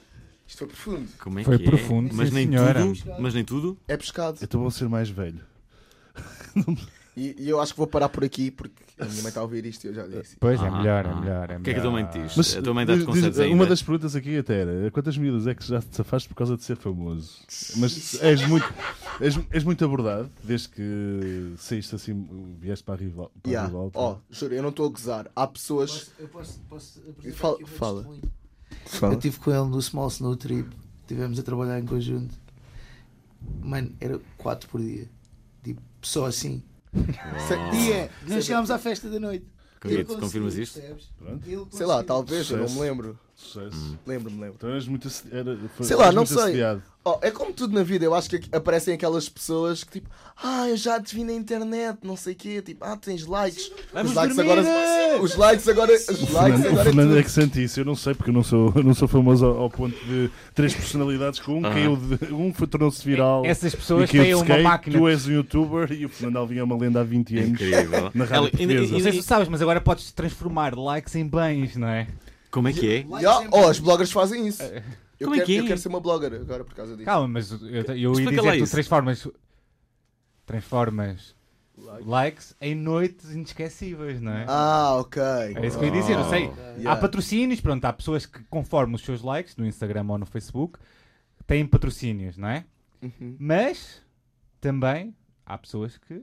Isto foi profundo.
Como é
Foi
que é?
profundo,
mas
sim,
nem
senhora.
tudo. Mas nem tudo.
É pescado.
Então vou ser mais velho.
E, e eu acho que vou parar por aqui porque a minha mãe está a ouvir isto e eu já disse.
Pois é,
Ah,
melhor, é
ah.
melhor. é
O que é que a tua mãe te
melhor.
diz? a tua mãe dá-te
diz-
conselhos é?
diz-
ainda?
Uma das perguntas aqui até era quantas miúdas é que já te safaste por causa de ser famoso? Mas és muito, és, és muito abordado desde que saíste assim, vieste para a rival. Para a
Yeah. Oh.
Rivalta.
Ó, juro, eu não estou a gozar. Há pessoas.
Posso- Eu posso, posso apresentar
Fala-
aqui o meu
fala.
testemunho? Eu estive com ele no Small Snow Trip, estivemos a trabalhar em conjunto. Mano, era 4 por dia. Tipo, só assim.
tipo,
E é, nós chegámos à festa da noite.
Que
Ele
tu confirmas
conseguiu,
isto?
percebes?
Pronto.
Ele
Sei lá,
conseguiu.
talvez, eu não me lembro.
Sucesso.
Hum.
Lembro-me, lembro.
Então eras muito assedi- era, foi-
Sei lá,
eras
não
muito
sei.
assediado.
Oh, é como tudo na vida, eu acho que aqui- aparecem aquelas pessoas que tipo, ah, eu já te vi na internet, não sei o quê, tipo, ah, tens likes. os likes agora. Os likes agora. Os likes
Fernando- o
agora. é
Fernando
tudo.
é que sente isso, eu não sei porque eu não sou, eu não sou famoso ao, ao ponto de três personalidades que um caiu de, um foi- tornou-se viral
Essas
e
pessoas
caiu de
têm uma
skate,
máquina.
tu és um youtuber e o Fernando Alvim é uma lenda há 20 anos
Incrível. Ela-
na rádio
ainda-
portuguesa.
Não sei se tu sabes, mas agora podes transformar likes em bens, não é?
Como é que é?
Yeah, oh, as bloggers fazem isso. Eu,
Como é
quero,
que é?
eu quero ser uma blogger agora por causa disso.
Calma, mas eu, eu ia
Explica
dizer
lá
que tu
isso.
transformas. Transformas likes em noites inesquecíveis, não é?
Ah, ok. Ah,
É isso que eu ia dizer, eu sei. Há
Yeah.
patrocínios, pronto, há pessoas que, conforme os seus likes no Instagram ou no Facebook, têm patrocínios, não é?
Uhum.
Mas também há pessoas que,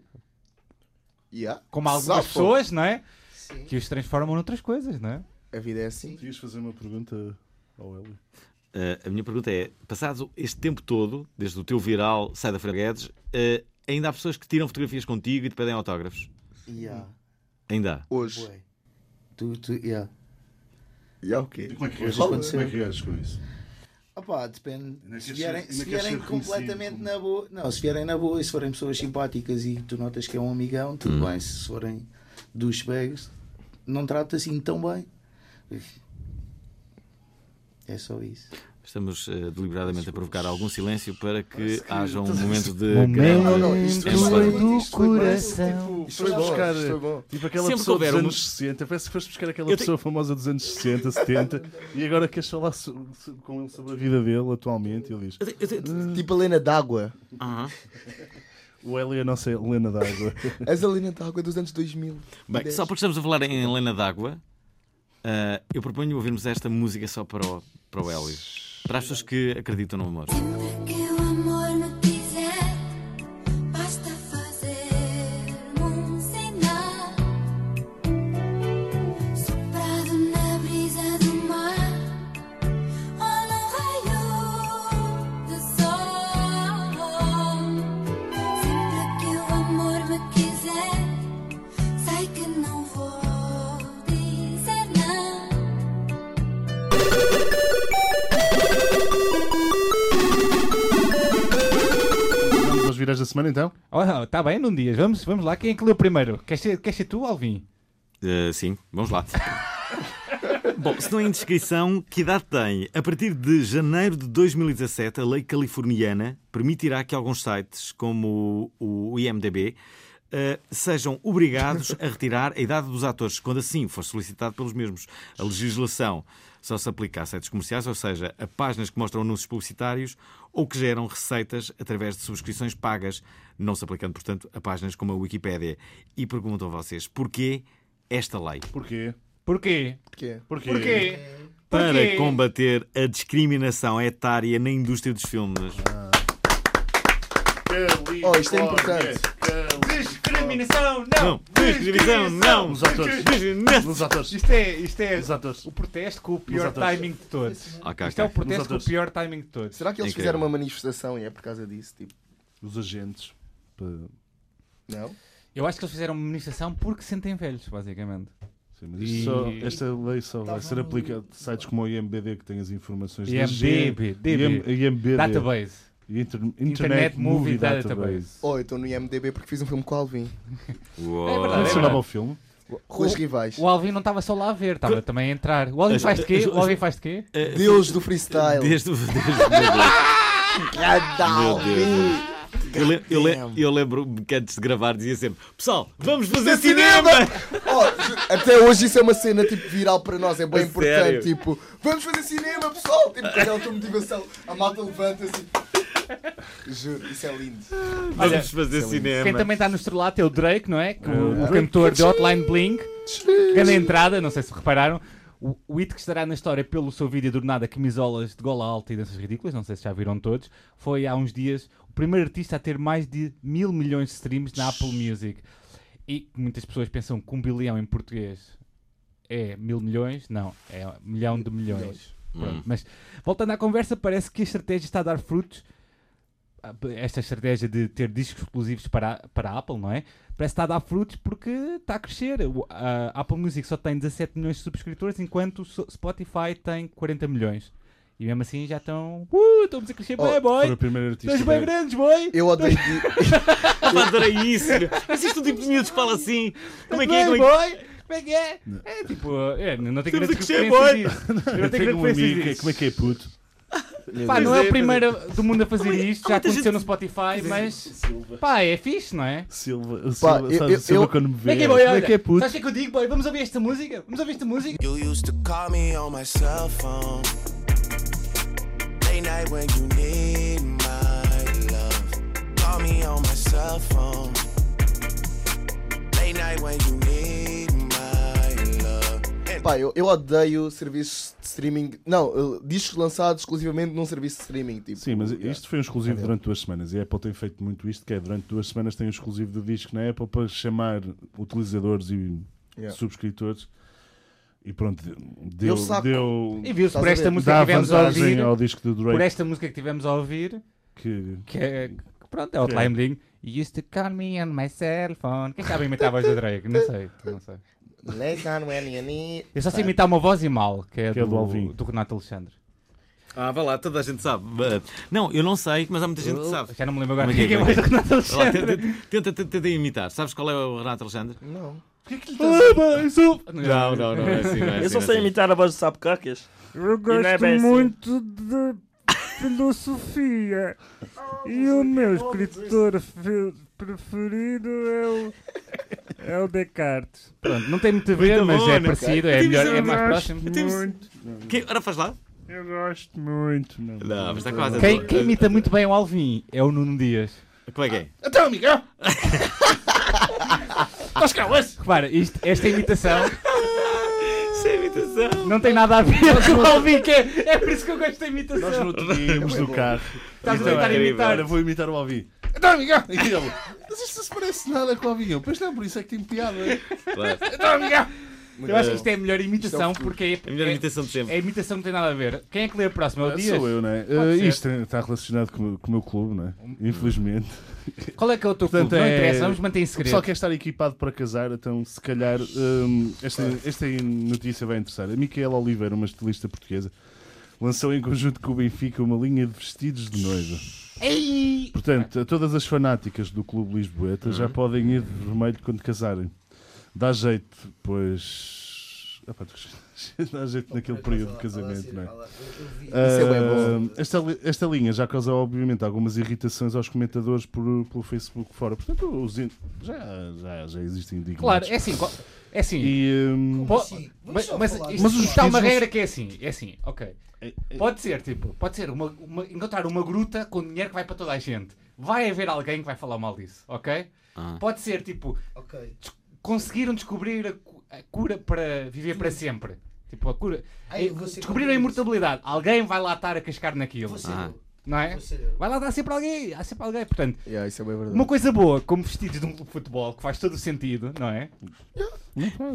Yeah.
como há algumas
Safam.
pessoas, não é?
Sim.
Que os transformam noutras coisas, não é?
A vida é assim.
Podias fazer uma pergunta ao Hélio?
Ah, a minha pergunta é: passado este tempo todo, desde o teu viral, sai da Fernanda Guedes, ah, ainda há pessoas que tiram fotografias contigo e te pedem autógrafos?
Yeah,
Ainda há.
Hoje.
bué. Tu, tu, yeah.
E é o quê?
Como é que
reages- aconteceu. como é que
reages com isso?
Opa, depende.
Ainda
Se
queres
vierem,
ser- ainda
se
queres
vierem
ser
completamente
reconhecido
na boa. Não, se vierem na boa e se forem pessoas simpáticas e tu notas que é um amigão, tudo bem. Se forem dos bags, não trata assim tão bem. É só isso.
Estamos ah, deliberadamente a provocar algum silêncio para que haja um momento de.
Momento.
grande-
Não, não, isto
É
foi
bom.
bom. Isto foi tipo bom.
Isto Tipo, foi buscar,
eh,
Isto foi bom.
tipo aquela
Sempre que
pessoa dos
houver um-
anos 60, parece que foste buscar aquela
Eu tenho-
pessoa famosa dos anos 60, 70 e agora queres falar so- so- com ele sobre a vida dele atualmente e ele diz
Eu te- eu te-
Tipo a Lena d'Água.
Aham.
o Hélio é a nossa Helena d'Água.
És a Lena d'Água dos anos 2000.
Bem, só porque estamos a falar em Helena d'Água, ah, eu proponho ouvirmos esta música só para o, para o Hélio. Para as pessoas que acreditam no amor.
Que o amor me quiser, basta fazer um sinal soprado na brisa do mar oh, ou num raio de sol. Sempre que o amor me quiser, sei que não vou dizer não.
Vamos aos virais da semana então?
Oh, tá bem, num dia. Vamos, vamos lá. Quem é que leu primeiro? Queres ser, queres ser tu, Alvin?
Uh, sim, vamos lá. Bom, se não é indiscrição, que idade tem? A partir de janeiro de 2017, a lei californiana permitirá que alguns sites, como o o IMDB, uh, sejam obrigados a retirar a idade dos atores, quando assim for solicitado pelos mesmos. A legislação só se aplica a sites comerciais, ou seja, a páginas que mostram anúncios publicitários ou que geram receitas através de subscrições pagas, não se aplicando, portanto, a páginas como a Wikipédia. E perguntam vocês, porquê esta lei?
Porquê?
Porquê?
Porquê?
Porquê?
Porquê?
para
Porquê?
combater a discriminação etária na indústria dos filmes.
Califórnia,
Oh, isto é importante.
Califórnia.
Discriminação,
Não, discriminação, não!
Nos atores.
Discriminação.
Nos atores.
Isto é, isto é
Nos atores.
o protesto com o pior
atores.
timing de todos.
Ok,
Isto é o
ok.
protesto
Nos
com o
atores.
pior timing de todos.
Será que eles
Incrível.
fizeram uma manifestação e é por causa disso? Tipo,
Os agentes. Pá.
não?
Eu acho que eles fizeram uma manifestação porque se sentem velhos, basicamente.
Sim, mas isto só-
E-
esta lei só vai ser aplicada a sites como o IMBD que tem as informações da
IMDb,
gente, IM- IMBD
Database.
e Inter- Internet,
Internet Movie
Movie Database.
Database.
Oh, eu estou no IMDB porque fiz um filme com o Alvin.
Uou.
Como é que se chamava o filme?
Ruas Rivais.
O Alvin não estava só lá a ver, estava também a entrar. O Alvin
As-
faz de quê?
as-
O Alvin faz de quê?
Deus do freestyle.
Desde, o- desde
Radal.
Meu eu, le, eu, le, eu lembro-me que antes de gravar dizia sempre: Pessoal, vamos fazer cinema!
Oh, ju- até hoje isso é uma cena tipo viral para nós, é bem
A
importante.
sério?
é Tipo, vamos fazer cinema, pessoal! Tipo, com aquela tua motivação, a malta levanta-se. Juro, isso é lindo.
Vamos fazer
Quem
cinema.
também está no estrelato é o Drake, não é? Que o, o cantor de Hotline Bling. Grande entrada, não sei se repararam. O, o It que estará na história pelo seu vídeo adornado a camisolas de gola alta e danças ridículas, não sei se já viram todos, foi há uns dias o primeiro artista a ter mais de mil milhões de streams na Apple Music. E muitas pessoas pensam que um bilhão em português é mil milhões, não, é um milhão de milhões. Pronto, Mas voltando à conversa, parece que a estratégia está a dar frutos. Ah, Esta estratégia de ter discos exclusivos para, a- para a Apple, não é? Parece que está a dar frutos porque está a crescer. O- A Apple Music só tem 17 milhões de subscritores, enquanto o So- Spotify tem 40 milhões. E mesmo assim já estão. Uh, estamos a crescer
Oh,
bem,
Foi
boy!
o primeiro artista.
é
Estás bem
da-
grandes, boy!
Eu odeio. di-
Pá, adorei isso. Existe um tipo de miúdos que fala assim. Como é que é? Como é que
boy? Como é que é? É tipo, é, não tenho
Temos
grandes
que crescer,
referências
boy.
disso. Eu
Eu
não tenho
tenho um
grandes
amigo que é-
referências
como é
disso.
que é puto.
Pá, não é
Pois é,
o primeiro do mundo a fazer isto, já
muita gente-
aconteceu no Spotify, mas. Pá, é fixe, não é?
Silva, o Silva,
eu-
sabes, o
eu-
Silva
eu-
quando me
Como
vê.
é que é,
como
boy?
é que é puto?
Sabes o que é que eu digo, boy? Vamos ouvir esta música? Vamos ouvir esta música?
You used to call me on my cell phone. Late night when you need my love. Call me on my cell phone. Late night when you need my love. And
Pá, eu, eu odeio serviços de streaming. Não, eu- discos lançados exclusivamente num serviço de streaming. Tipo,
Sim, mas
yeah.
isto foi um exclusivo durante duas semanas e a Apple tem feito muito isto, que é durante duas semanas tem um exclusivo do disco na Apple para chamar utilizadores e
Yeah.
subscritores e pronto, deu,
saco.
deu
E viu-se
Estás
por
a
esta
ver?
música que
dá
tivemos a
vantagem
ouvir.
ao disco do Drake
Por esta música que tivemos a ouvir,
que
que é. que Pronto, é o Outline Bling. You used to call me on my cell phone. Quem sabe imitar a voz da Drake? Não sei, não sei.
Late night when you need-
Eu só sei imitar uma voz e mal, que é,
Que é
Tá. do,
do Alvin.
do Renato Alexandre.
Ah, vá lá, toda a gente sabe. Bah, Não, eu não sei, mas há muita gente que sabe.
Já não me lembro agora
Como é
quem
que é,
é
como é
mais
que
do Renato
Vá lá,
Alexandre.
tenta, tenta, tenta, tenta imitar. Sabes qual é o Renato Alexandre?
Não.
Não, não, não é assim. Não é assim,
Eu só
não é
sei
assim.
imitar a voz do Sapo Cacas.
Eu
não é
gosto
bem assim.
muito de filosofia. E o meu escritor fe- preferido é o, é o Descartes.
Pronto, não tem muito a ver, mas
bom,
é
né,
parecido,
cara?
é
Eu
melhor,
tive
é
zero
um-
mais
graus.
próximo.
Eu tive-
Muito.
Quem- Ora, faz lá.
Eu gosto muito. Não.
Não, mas está quase. a-
Quem, quem imita muito bem o Alvin é o Nuno Dias.
Como é que é?
Então, Miguel!
Repara, isto, esta imitação
Sem imitação.
não tem nada a ver com o Alvin, que é, é por isso que eu gosto da imitação.
nós no outro dia íamos no carro.
Estás a
Isto é
tentar
incrível.
imitar.
Agora vou imitar o Alvin.
Então, Miguel!
E ele, mas isto não se parece nada com o Alvin. Eu, pois não, por isso é que tem piada.
Claro. É
Então, Miguel!
Eu acho que isto é a melhor imitação, porque é,
A melhor
é-
imitação de sempre.
é a imitação que não tem nada a ver. Quem é que lê a próxima? É o Dias?
Sou eu, não é?
Pode
Eh,
ser.
isto está relacionado com, com o meu clube, não é? Infelizmente.
Qual é que é o teu
Portanto,
clube? Não
é-
interessa, vamos manter em
O
segredo.
pessoal quer estar equipado para casar, então se calhar hum, esta, esta notícia vai interessar. A Micaela Oliveira, uma estilista portuguesa, lançou em conjunto com o Benfica uma linha de vestidos de noiva.
Ei!
Portanto, a todas as fanáticas do Clube Lisboeta já podem ir de vermelho quando casarem. Dá jeito, pois. Epá, tu- Dá jeito naquele período de casamento, não é?
assim, Isso é bem
Ah, esta, li- esta linha já causa, obviamente, algumas irritações aos comentadores por, pelo Facebook fora. Portanto, os in- já, já, já existem indignados.
Claro, é assim. qual- É assim.
E, hum,
po-
assim? Vamos
mas
só
mas
falar
isto,
disso.
isto há uma
Mas os
regra que é assim. É assim, ok.
é-
Pode ser, tipo, pode ser uma, uma- encontrar uma gruta com dinheiro que vai para toda a gente. Vai haver alguém que vai falar mal disso, ok?
Ah.
Pode ser, tipo,
Ok.
conseguiram descobrir a, cu- a cura para viver para sempre. Tipo, a cura.
Ai, eu vou ser
Descobriram
contra
a
isso.
imortalidade. Alguém vai lá estar a cascar naquilo,
Vou ser
Ah.
eu.
não é?
Vou ser eu.
Vai lá dar sempre alguém, há sempre alguém. Portanto,
Yeah, isso é bem verdade.
uma coisa boa, como vestidos de um clube de futebol, que faz todo o sentido, não é?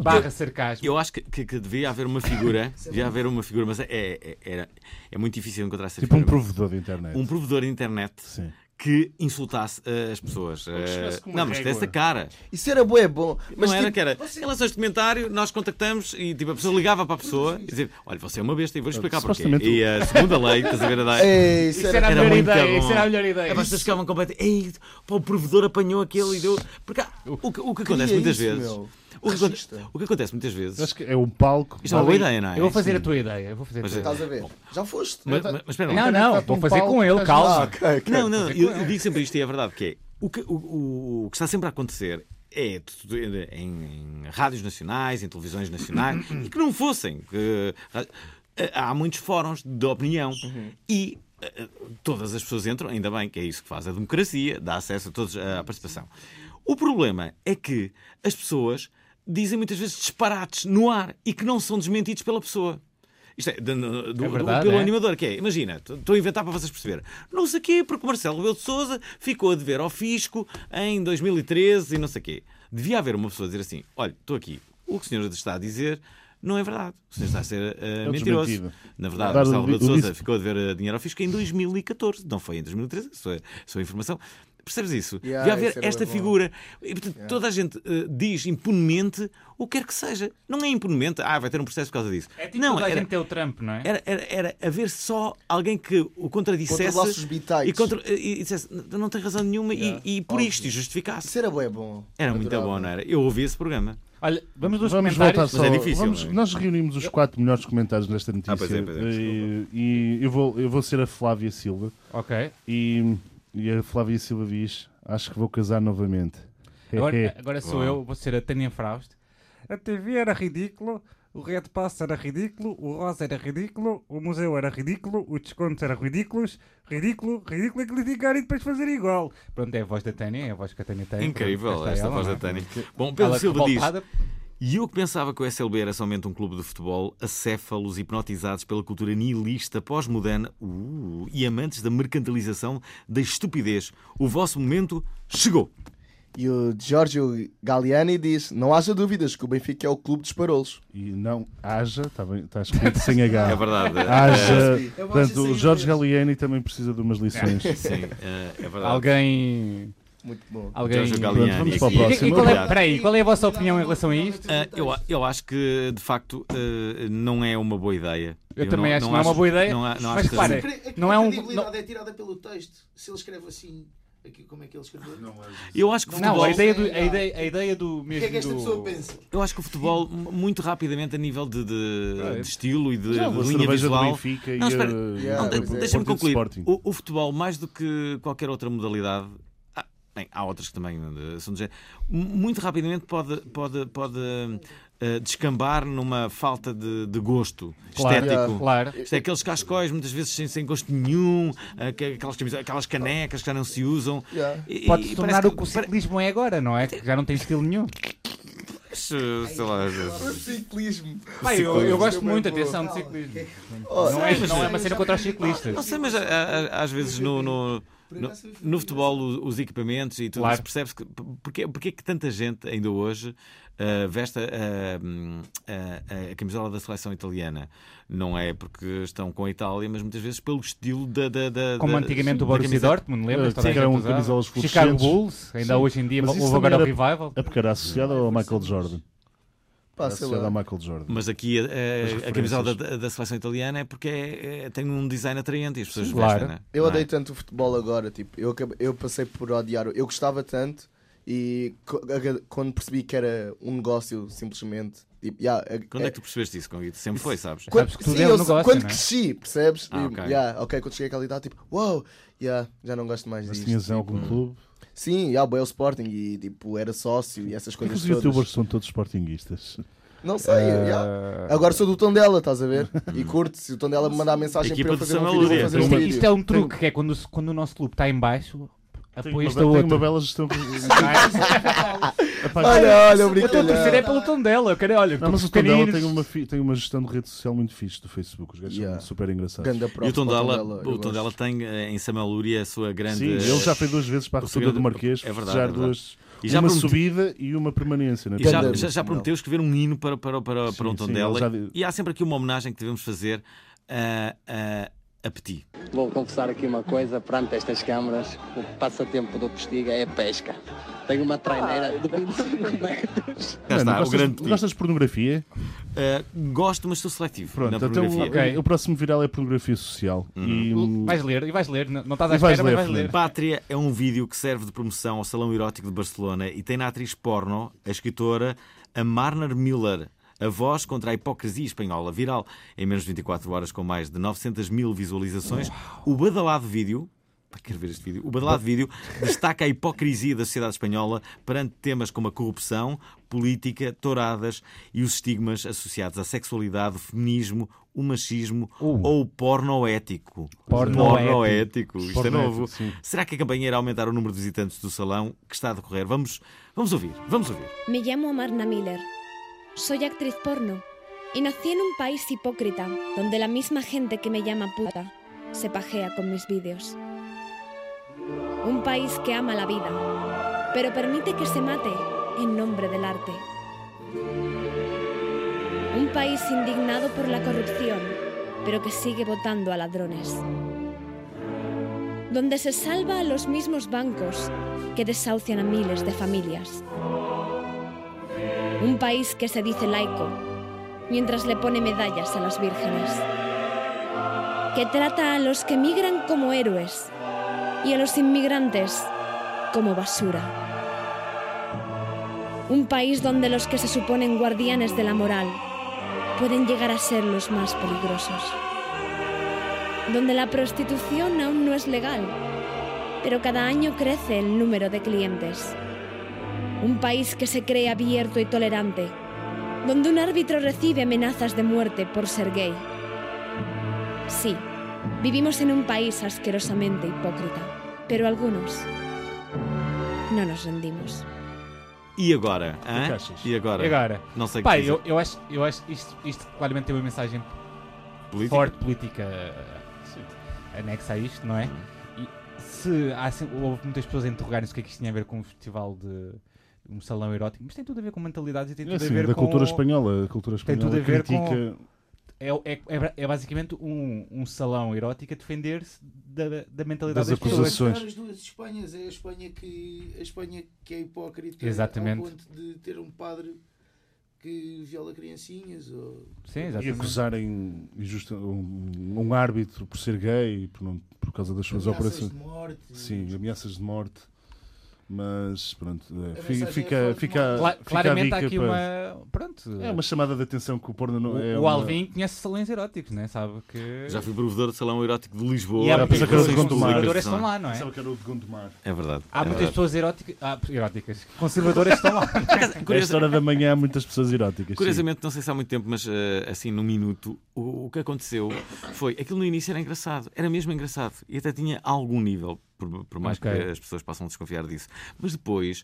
Barra sarcasmo.
Eu acho que, que- que devia haver uma figura. devia haver uma figura, mas é, é, era- é muito difícil encontrar essa
tipo um
figura.
provedor da internet.
Um provedor de internet
Sim.
que insultasse eh, as pessoas. Eh,
chegasse com uma
não, mas
régua.
dessa cara.
Isso era bué bom. Mas
não era
tipo,
que era. Em relações de comentário, nós contactamos e tipo, a pessoa ligava para a pessoa e dizia: Olha, você é uma besta e vou explicar porquê.
Supostamente-
E eh, a segunda lei, estás a ver a dar.
Ei,
Isso
é, isso
era,
era...
a
era
melhor
muito
ideia,
bom.
isso era a melhor ideia.
É, vocês ficavam completamente. Ei, pá, o provedor apanhou aquele e deu. Porque há- o, que, o que acontece
Queria
muitas
isso,
vezes.
meu.
O que, aconte-
Racista.
o que acontece muitas
Eu Acho
vezes.
que é um palco.
Isto é uma boa ideia, não é?
Eu vou fazer a tua ideia, eu vou fazer a
Mas
tua
é-
Estás
ideia.
a ver? Já foste. Então,
Mas, mas- mas espera lá.
Não, é um não, vou fazer com ele, calma.
Não, não, eu, eu digo sempre isto e é verdade, que é o que, o, o- o que está sempre a acontecer é tudo em, em rádios nacionais, em televisões nacionais, eh,
Uhum.
e que não fossem. que- há muitos fóruns de opinião e eh, todas as pessoas entram, ainda bem que é isso que faz a democracia, dá acesso a todos eh, à participação. O problema é que as pessoas dizem muitas vezes disparates no ar e que não são desmentidos pela pessoa. Isto é, de- do- do-
verdade,
pelo
é?
animador, que é, imagina, estou a inventar para vocês perceberem. Não sei quê, porque o Marcelo Rebelo de Souza ficou a dever ao fisco em 2013 e não sei quê. Devia haver uma pessoa a dizer assim, olha, estou aqui, o que o senhor está a dizer não é verdade. O senhor está a ser eh,
um
mentiroso.
desmentido.
Na verdade,
Dar o
Marcelo Rebelo de
li- o
Souza
lícito.
ficou a dever eh, dinheiro ao fisco em 2014, não foi em 2013, sua, sua é, informação. Percebes isso?
Yeah,
Devia haver
isso era
esta
bom.
figura figura. E, portanto, Toda a gente eh, diz impunemente o que quer que seja. Não é impunemente, ah, vai ter um processo por causa disso.
É tipo
não,
toda a
era,
gente tem o Trump, não é?
era, era, era haver só alguém que o contradissesse
Contralaços vitais.
e, contra, e, e dissesse, "Não- não tem razão nenhuma e- e, por isto e justificasse.
Isso era é bué bom.
é
Era muito
Adorava.
bom, não é? era? Eu ouvi esse programa.
Olha, vamos dos
Vamos voltar
comentários.
só.
Mas é difícil,
vamos-
não é?
Nós reunimos os quatro melhores comentários nesta notícia.
Ah, pois é, pois é,
e e eu, vou, eu vou ser a Flávia Silva.
Ok.
E, e a Flávia Silva diz: Acho que vou casar novamente.
Agora, eh, agora sou eu, vou ser a Tânia Fraust.
A TV era ridícula, o Red Pass era ridículo, o Rosa era ridículo, o museu era ridículo, os descontos eram ridículos, ridículo, ridículo é criticar e depois fazer igual.
Pronto, é a voz da Tânia, é a voz que a Tânia tem.
Incrível
Pronto, cá está
esta
ela,
voz da
não é?
Tânia. Bom, Pedro
Ela
Silva diz.
revoltada.
E eu que pensava que o SLB era somente um clube de futebol, acéfalos hipnotizados pela cultura nihilista pós-moderna uh, e amantes da mercantilização da estupidez. O vosso momento chegou.
E o Giorgio Galliani diz: Não haja dúvidas que o Benfica é o clube dos parolos.
E não, haja, está bem, está escrito sem H.
É verdade.
Ah, Haja.
Eu
Portanto,
acho isso
o
aí
Jorge
mesmo.
Galieni também precisa de umas lições.
Eh, Sim, eh, é verdade.
Alguém.
Muito bom.
Alguém.
Jorge
E-
Galiani.
Pronto, vamos para
e-
o
e
próximo.
qual é,
Obrigado.
peraí, qual é a vossa opinião em relação a isto?
Eh, eu, a- eu acho que, de facto, eh, não é uma boa ideia.
Eu também acho que não é uma boa ideia,
Não, há- não
mas
acho que-
repara, Não
Não
é
é
um-
A credibilidade é tirada pelo texto. Se ele escreve assim, aqui, como é que ele escreveu?
assim. eu acho que o
Não,
futebol,
a ideia do, a ideia, a ideia do
O
mesmo.
que é que esta
do-
pessoa pensa?
eu acho que o futebol, m- muito rapidamente, a nível de, de-
Ah, é.
de estilo e de, de
Já, a
linha
cerveja do
visual.
Benfica e
Não, espera.
a-
Yeah,
a-
Não,
pois
de-
é.
a-
Deixa-me
Porto de
concluir.
Sporting.
O, o futebol, mais do que qualquer outra modalidade, há, bem, há outras que também eh, são do género, mu- muito rapidamente pode, pode, pode eh, descambar numa falta de, de gosto
Claro,
estético.
Claro.
Isto é aqueles cascóis, muitas vezes sem, sem gosto nenhum, eh, que- aquelas, camisas- aquelas canecas que já não se usam.
Yeah.
E-
Pode-se
e
tornar
parece
o que o ciclismo é agora, não é? Que já não tem estilo nenhum.
parece, sei lá,
Ciclismo.
Pai, eu, eu gosto
Também
muito,
vou.
atenção, de ciclismo.
Oh,
Não é, não é uma cena contra os ciclistas.
Não sei, mas a- a- às vezes no, no, no, no futebol o- os equipamentos e tudo
Claro.
isso percebe-se que porque, porque é que tanta gente ainda hoje ah, veste ah, hum, a, a camisola da seleção italiana. Não é porque estão com a Itália, mas muitas vezes pelo estilo da. da, da
Como
da-
antigamente o
da
Borussia
camiseta.
Dortmund, lembras?
Sim,
Toda a
que eram
gente usava.
camisolas
Chicago
fluorescentes.
Bulls, ainda
Sim.
hoje em dia
Mas isso
houve agora o
também
revival.
É porque era associado ao Michael Jordan.
pá,
Era
sei
associado
lá.
ao Michael Jordan.
Mas aqui eh, a- a, a
referências.
camisola da, da seleção italiana é porque é- é- tem um design atraente e as pessoas
Claro.
vestem, né?
Eu
Não é?
odeio tanto o futebol agora, tipo, eu, acabei- eu passei por odiar, o- eu gostava tanto e co- aga- quando percebi que era um negócio, simplesmente, tipo, yeah, a-
Quando é que tu percebeste isso, Conguito? Sempre foi, sabes?
Sabes que tudo é um
eu-
negócio,
quando
não é?
cresci, percebes?
Ah,
E,
ok.
yeah, ok, quando cheguei àquela idade, tipo, uau, wow, yeah, já não gosto mais
Mas
disto.
tinhas em algum
tipo,
clube.
Sim, yeah, boy, o Sporting e tipo, era sócio e essas
Porque
coisas
os
todas.
youtubers são todos sportinguistas.
Não sei, yeah. agora sou do tom dela, estás a ver? E curto, se o tom dela me mandar mensagem
Equipa
para eu
de
fazer
São
um vídeo, eu vou
Elúria.
fazer
Isto
um
é,
vídeo.
isto é um truque, que é quando, o- quando o nosso clube está em baixo, apoias-te a
Tenho uma
outro.
bela gestão. Rapaz,
Olha, olha,
é? Eu estou a torcer é
obrigado.
pelo tom dela. Eu quero, olha,
Não, mas o
pequeninos.
Tondela tem uma, fi- tem uma gestão de rede social muito fixe do Facebook. Os gajos
Yeah.
são super engraçados.
Ganda
E
props
o tom
para
dela,
Tondela, eu
o tom dela
gosto.
tem eh, em Samalúria a sua grande.
Sim, ele já foi duas vezes para a
o
Rotunda do
segredo-
Marquês.
é verdade,
festejar
é verdade.
duas.
E já
uma
prometi-
subida e uma permanência. Né?
E já,
Ganda-
já, já prometeu escrever um hino para, para, para, para um
Sim,
tom
sim,
dela.
ele já deu.
E há sempre aqui uma homenagem que devemos fazer a, a, a Petit.
Vou confessar aqui uma coisa, perante estas câmaras, o passatempo do Postiga é pesca. Tenho uma traineira de 25 metros.
Já
Mano,
está, o
gostas,
grande Petit.
gostas de pornografia?
Ah, gosto, mas sou seletivo
Pronto,
na
então
pornografia. Uhum.
Ok.
o, o próximo viral é pornografia social. E, hum,
Vais ler, e vais ler. Não não estás à
E vais
espera, mas
ler,
vais ler.
Fernando.
Pátria é um vídeo que serve de promoção ao Salão Erótico de Barcelona e tem na atriz porno a escritora a Marner Miller, a voz contra a hipocrisia espanhola viral. Em menos de 24 horas, com mais de 900 mil visualizações, o badalado vídeo Pá, Quero ver este vídeo. O badalado vídeo destaca a hipocrisia da sociedade espanhola perante temas como a corrupção, política, touradas e os estigmas associados à sexualidade, o feminismo, o machismo
Uh.
ou o porno ético.
Pornoético.
Pornoético. Isto é
Pornoético,
novo.
sim.
Será que a campanha irá aumentar o número de visitantes do salão que está a decorrer? Vamos, vamos ouvir, vamos ouvir.
Me llamo Amarna Miller. Soy actriz porno y nací en un país hipócrita donde la misma gente que me llama puta se pajea con mis vídeos. Un país que ama la vida, pero permite que se mate en nombre del arte. Un país indignado por la corrupción, pero que sigue votando a ladrones. Donde se salva a los mismos bancos que desahucian a miles de familias. Un país que se dice laico, mientras le pone medallas a las vírgenes. Que trata a los que migran como héroes y a los inmigrantes como basura. Un país donde los que se suponen guardianes de la moral pueden llegar a ser los más peligrosos. Donde la prostitución aún no es legal, pero cada año crece el número de clientes. Un país que se cree abierto y tolerante, donde un árbitro recibe amenazas de muerte por ser gay. Sí, vivimos en un país asquerosamente hipócrita, pero algunos no nos rendimos.
E agora? hã?
que achas?
E agora?
E agora?
Não sei o que
Pá,
dizer.
eu, eu acho, eu acho isto, isto claramente tem uma mensagem
Política?
forte política eh, anexa a isto, não é?
Uhum.
E se há, se- houve muitas pessoas a interrogarem-se o que é que isto tinha a ver com um festival de um salão erótico, mas tem tudo a ver com mentalidades e tem
É
tudo a
assim,
ver
da
com
cultura espanhola. A cultura
Tem tudo a
espanhola
ver com-
critica...
É, é, é- é basicamente um, um salão erótico a defender-se da, da mentalidade das,
Das
pessoas.
acusações.
São as duas Espanhas. É a Espanha que, a Espanha que é hipócrita
Exatamente.
ao ponto de ter um padre que viola criancinhas. Ou...
Sim,
E
exatamente.
acusarem injusta- um, um árbitro por ser gay e por, não- por assim. causa das suas
ameaças
operações.
de morte.
Sim, ameaças de morte. Mas pronto, é,
A
fi-
mensagem é
fica,
forte,
fica,
mas-
Cla-
fica a
claramente
dica
há aqui
para-
uma. Pronto.
É uma chamada de atenção que o porno não é.
o
uma-
Alvin conhece salões eróticos, né? Sabe que.
Já fui provedor de salão erótico de Lisboa.
E há
Já
muitas
pensei que era
pessoas
de Gondomar.
conservadoras que estão lá, não é?
Pensava que era o de Gondomar.
É verdade.
Há
é
muitas
verdade.
pessoas eróticas, ah, eróticas, conservadoras que estão lá.
Por acaso, curiosa-
Esta hora da manhã há muitas pessoas eróticas. sim.
Curiosamente, não sei se há muito tempo, mas eh, assim, num minuto, o, o que aconteceu foi. Aquilo no início era engraçado, era mesmo engraçado e até tinha algum nível, por, por mais
Ok.
que as pessoas possam desconfiar disso. Mas depois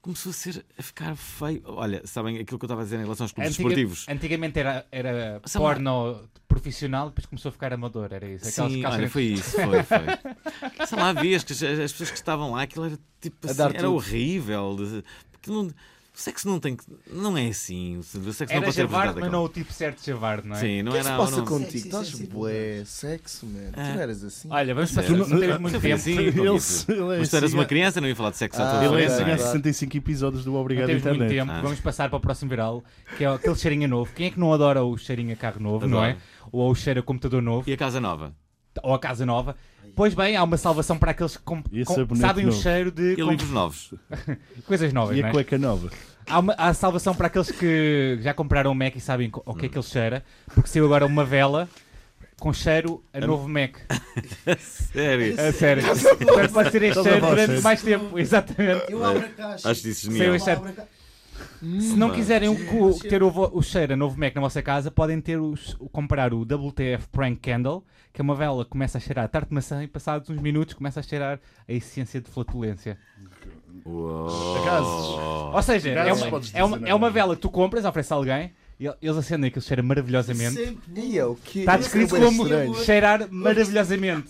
começou a ser a ficar feio. Olha, sabem aquilo que eu estava a dizer em relação aos clubes
Antiga-
esportivos?
Antigamente era, era
Sei lá.
porno profissional, depois começou a ficar amador, era isso. Aquelas
Sim,
calças-
olha, foi isso, foi, foi. Sei lá, vias que as, as pessoas que estavam lá, aquilo era tipo
A
assim,
dar
era
tudo.
horrível. de- porque não, o sexo não tem que. Não é assim. O sexo não pode
Era
ser
javarde,
apresentado
mas
daquela-
não o tipo certo de javarde, não é?
Sim, não
O que é
era. Ah.
que se passa
não-
contigo?
Sexy,
Estás
sexy,
bué, sexo, man. Tu não eras assim.
Olha, vamos
Mas
passar, não
era-
temos muito
Sempre
tempo.
assim,
Ele-
como
ele
isso.
é
Mas tu eras
assim,
uma criança, não ia falar de sexo à
Ah,
tua
Ele é
frente.
assim
não
há
é?
verdade.
65 episódios do
Não
Obrigado
temos muito
Internet.
tempo,
Ah.
vamos passar para o próximo viral, que é aquele cheirinho a novo. Quem é que não adora o cheirinho a carro novo, não é?
Adoro.
Ou o cheiro a computador novo,
E a casa nova?
ou a casa nova. Pois bem, há uma salvação para aqueles que com-
E a
com-
sabonete
sabem o
novo.
cheiro de
E
com-
livros novos?
coisas novas,
E
não
a
é?
cueca nova.
Há, uma- há salvação para aqueles que já compraram o Mac e sabem co- o que é que ele cheira, porque saiu agora uma vela com cheiro a novo Mac.
Sério?
A sério. Portanto, vai ser este
Toda
cheiro
a vocês.
durante mais tempo, exatamente.
Eu abro a caixa.
É, Acho isso
Saiu
genial.
este cheiro.
Abro a ca-
Hum.
Se não quiserem o cu- ter o, vo- o cheiro a novo Mac na vossa casa, podem ter os- o- comprar o WTF Prank Candle, que é uma vela que começa a cheirar a tarte de maçã e passados uns minutos começa a cheirar a essência de flatulência.
Oh.
Acaso.
Ou seja, é
Gases
uma,
podes
é, uma,
dizer,
é uma
não é?
vela que tu compras, ofereces a alguém, e eles acendem aquilo cheira maravilhosamente.
Sempre bom.
E é o quê?
Está
Isso é
Tá descrito
bué
como
estranho.
cheirar maravilhosamente.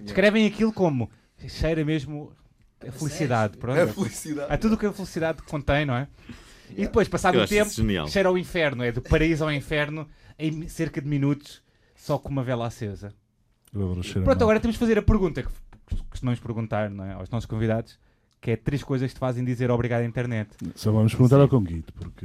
Descrevem aquilo como cheira mesmo a felicidade. Pronto.
É felicidade.
A tudo o que a felicidade contém, não é? E depois, passado
Eu
um
acho
tempo,
isso genial.
cheira ao inferno. É do paraíso ao inferno em cerca de minutos, só com uma vela acesa.
Eu adoro o cheiro a
Pronto,
nova.
agora temos de fazer a pergunta que costumamos perguntar não é, aos nossos convidados, que é três coisas que te fazem dizer obrigado à internet.
Só vamos perguntar ao Conguito, porque.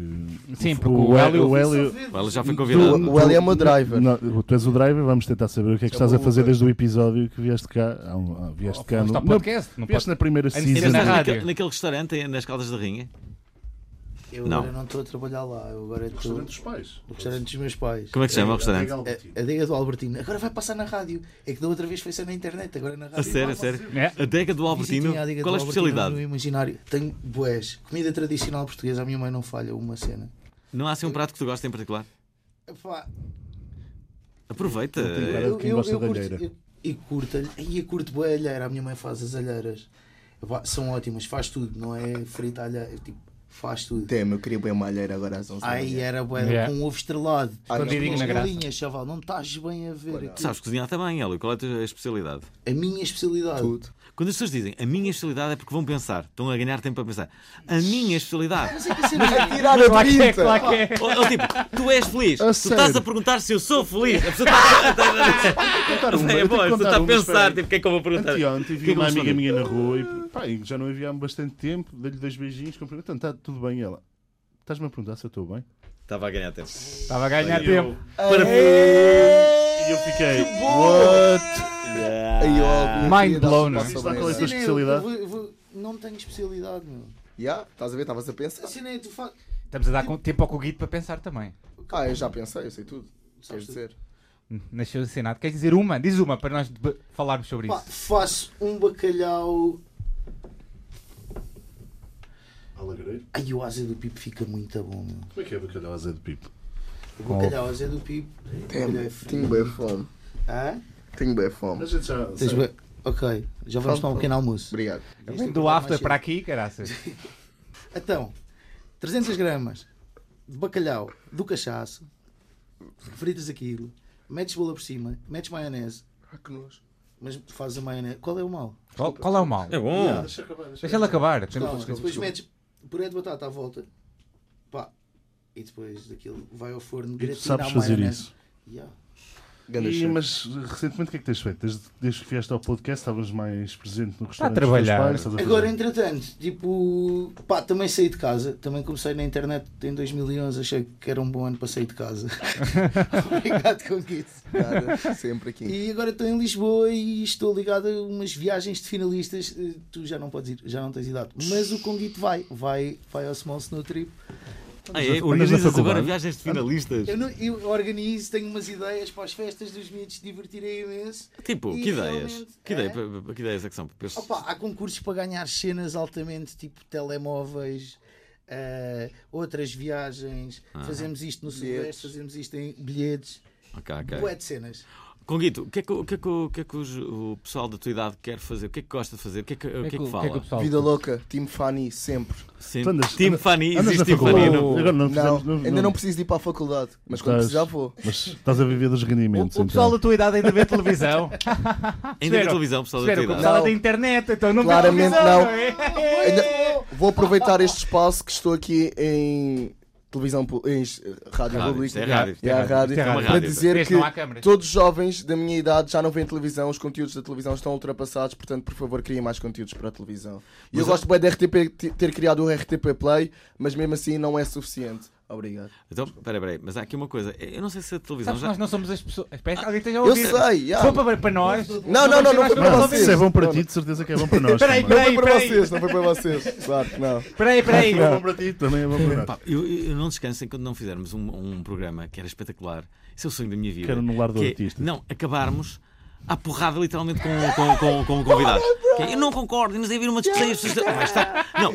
Sim,
o-
porque o Hélio-
o
Só
Hélio. é
vendo.
Ela já foi
Tu-
convidada.
O Eli é meu driver.
Não, tu és o driver, vamos tentar saber o que é que estás a fazer desde o episódio que vieste cá. há um- há- Vieste cá
Isto
no.
é um podcast, não
Vieste
pode...
na primeira
Antes
season.
de ser
Entraste
na
naquele,
rádio.
naquele restaurante nas Caldas da Rinha?
Eu
Não.
agora não estou a trabalhar lá. Eu agora
Do
estou-
restaurante dos pais.
No restaurante dos meus pais. é,
Como é que se chama o
A-
restaurante?
Miguel Albertino.
A, a Dega do Albertino. Agora vai passar na rádio. É que da outra vez foi só na internet, agora na rádio.
A sério, a sério.
É.
A Dega do Albertino,
Visitem a Adega
qual é a
do Albertino No
especialidade?
meu imaginário. Tenho boés. Comida tradicional portuguesa. A minha mãe não falha uma cena.
Não há assim um prato que tu gostes em particular?
Epá,
Aproveita.
Era de quem gosta de alheira.
eu- e curto, alhe- e eu curto boa alheira. A minha mãe faz as alheiras. Epá, são ótimas. Faz tudo. Não é frita alheira. Tipo, faz tudo.
Tema, eu queria bem uma alheira agora às 11 da
Ai,
é.
manhã.
era boa
Yeah.
com ovo estrelado.
Ai,
é
Com as
Escondidinho na graça.
galinhas, chaval. Não estás bem a ver.
Tu
aquilo.
sabes cozinhar também, Hélio. Qual é a tua especialidade?
A minha especialidade.
Tudo.
Quando as pessoas dizem a minha especialidade é porque vão pensar, estão a ganhar tempo para pensar. A minha especialidade.
Tirar a
Claro que é,
pinta.
claro que é.
Ou, ou tipo, tu és feliz.
A
tu estás
sério?
a perguntar se eu sou feliz. A pessoa está
contar uma, eu
É
tenho
bom,
que
a pessoa
contar
está a
uma,
pensar,
espera aí.
tipo, o que é que eu vou perguntar?
Anteontem
que
vi
é que eu
uma
vos
amiga
mandei?
minha na rua e pá, e já não havia há bastante tempo, dei-lhe dois beijinhos, cumprimentei, está tudo bem. E ela, estás-me a perguntar se eu estou bem?
Estava a ganhar tempo.
Estava a ganhar
E
tempo.
eu, e eu fiquei, what?
Ai, óbvio, eu
Mind
queria dar
blown,
um
não é?
passo
Está
além.
com essa-
Mas
tua
eu-
especialidade?
eu vou- eu vou- não tenho especialidade, meu.
Ya, Estás a ver? Estavas a
A
pensar.
cena é tu fa-
Estamos a dar com- tempo ao Coguito para pensar também.
Ah, eu já pensei, eu sei tudo. Queres dizer?
Nasceu o Senado. Queres dizer uma? Diz uma para nós deba- falarmos sobre
Pá,
isso.
faço um bacalhau.
Alagreiro?
Ai, o asa do pipo fica muito bom, meu.
Como é que é bacalhau azedo pipo?
O bacalhau asa do pipo. bacalhau é
Tenho
frio.
bem fome.
Hã?
Tenho bem fome.
A gente já...
Tens
sabe.
ba- Ok, já vamos tomar um pequeno almoço.
Obrigado.
Do after para aqui, caraças.
Então, 300 gramas de bacalhau do cachaço, fritas aquilo, metes bola por cima, metes maionese,
Ah, que nojo.
mas fazes a maionese. Qual é o mal?
Qual, qual é o mal?
É bom.
Deixa acabar, deixa
Deixa ele acabar.
é
Calma,
Temos-
depois metes puré de batata à volta, pá, e depois daquilo vai ao forno,
acabar. E tu
gratina
sabes
à
fazer
maionese.
isso.
Yeah.
Ganda
E,
chefe.
mas recentemente o que é que tens feito? Desde, desde que vieste ao podcast estavas mais presente
Tá
no
a
restaurante
trabalhar.
dos teus pais? estás a
Agora,
fazer- um-
entretanto, tipo, pá, também saí de casa, também comecei na internet em 2011, achei que era um bom ano para sair de casa. Obrigado, Conquista.
Nada, sempre aqui.
E agora estou em Lisboa e estou ligado a umas viagens de finalistas. Eh, Tu já não podes ir, já não tens idade. Mas o Conguito vai, vai, vai ao Small Snow Trip.
Ah, é?
na
Organizas
faculdade?
agora viagens de finalistas.
Eu, não- eu organizo, tenho umas ideias para as festas dos miúdos, divertirei imenso.
Tipo,
E
que ideias?
realmente,
Que, ideia,
é.
pa- pa- que ideias é que são? Penso-
Opa, há concursos para ganhar cenas altamente, tipo telemóveis, eh, outras viagens.
Ah.
Fazemos isto no
Bilhetes.
Sudeste, fazemos isto em bilhetes.
Ok, ok.
Bué de cenas.
Conguito, o que é que, o que, é que, o que, é que os- o pessoal da tua idade quer fazer? O que é que gosta de fazer? O que é que, o que, é que fala?
pessoal-
Vida louca, Team Fanny, sempre.
Sim.
Tu Então, andas-
Team
andas-
Fanny,
andas
existe
na
Team
faculdade?
Fanny. não?
Agora não,
Não,
fizemos- não-
ainda não preciso de ir para a faculdade, mas quando
Estás-
precisar vou.
Mas estás a viver dos
O,
rendimentos.
o pessoal
então.
da tua idade ainda vê televisão.
Ainda na
Espero-
televisão, o pessoal da
Espera,
tua idade.
que o pessoal é
Não.
da internet, então não
Claramente
vê televisão.
não.
é?
Ainda- Vou aproveitar este espaço que estou aqui em televisão, pu- em s- rádio
Rádio,
pública.
isto é rádio, isto
é
É a
rádio,
rádio,
isto é
rádio.
para
Rádio,
dizer
Três,
que
não há câmaras.
todos os jovens da minha idade já não veem televisão, os conteúdos da televisão estão ultrapassados, portanto, por favor, criem mais conteúdos para a televisão. E eu gosto bem da RTP te- ter criado o RTP Play, mas mesmo assim não é suficiente. Obrigado.
Então, peraí, peraí, mas há aqui uma coisa. Eu não sei se a televisão
Sabes que
já.
nós não somos as pessoas. Espera que alguém esteja a
Eu
ouvir.
sei,
Se
yeah.
for para, para nós.
Não, não, não, não foi
vamos
para
ouvir.
vocês.
Se é bom para ti, de certeza que é bom para nós.
Peraí,
também.
Não foi para
peraí.
vocês, não foi para vocês. Claro que não.
Espera aí, espera aí.
É bom para ti, também é bom para nós.
Pá, eu, eu não descanso enquanto não fizermos um, um programa que era espetacular. Esse é o sonho da minha vida.
Que era no lar do
Que é-
artista.
Não, acabarmos à porrada literalmente com, com, com, com o convidado. Que é, eu não concordo, mas deve vir uma discussão. e as pessoas- Ah, vai estar. Não,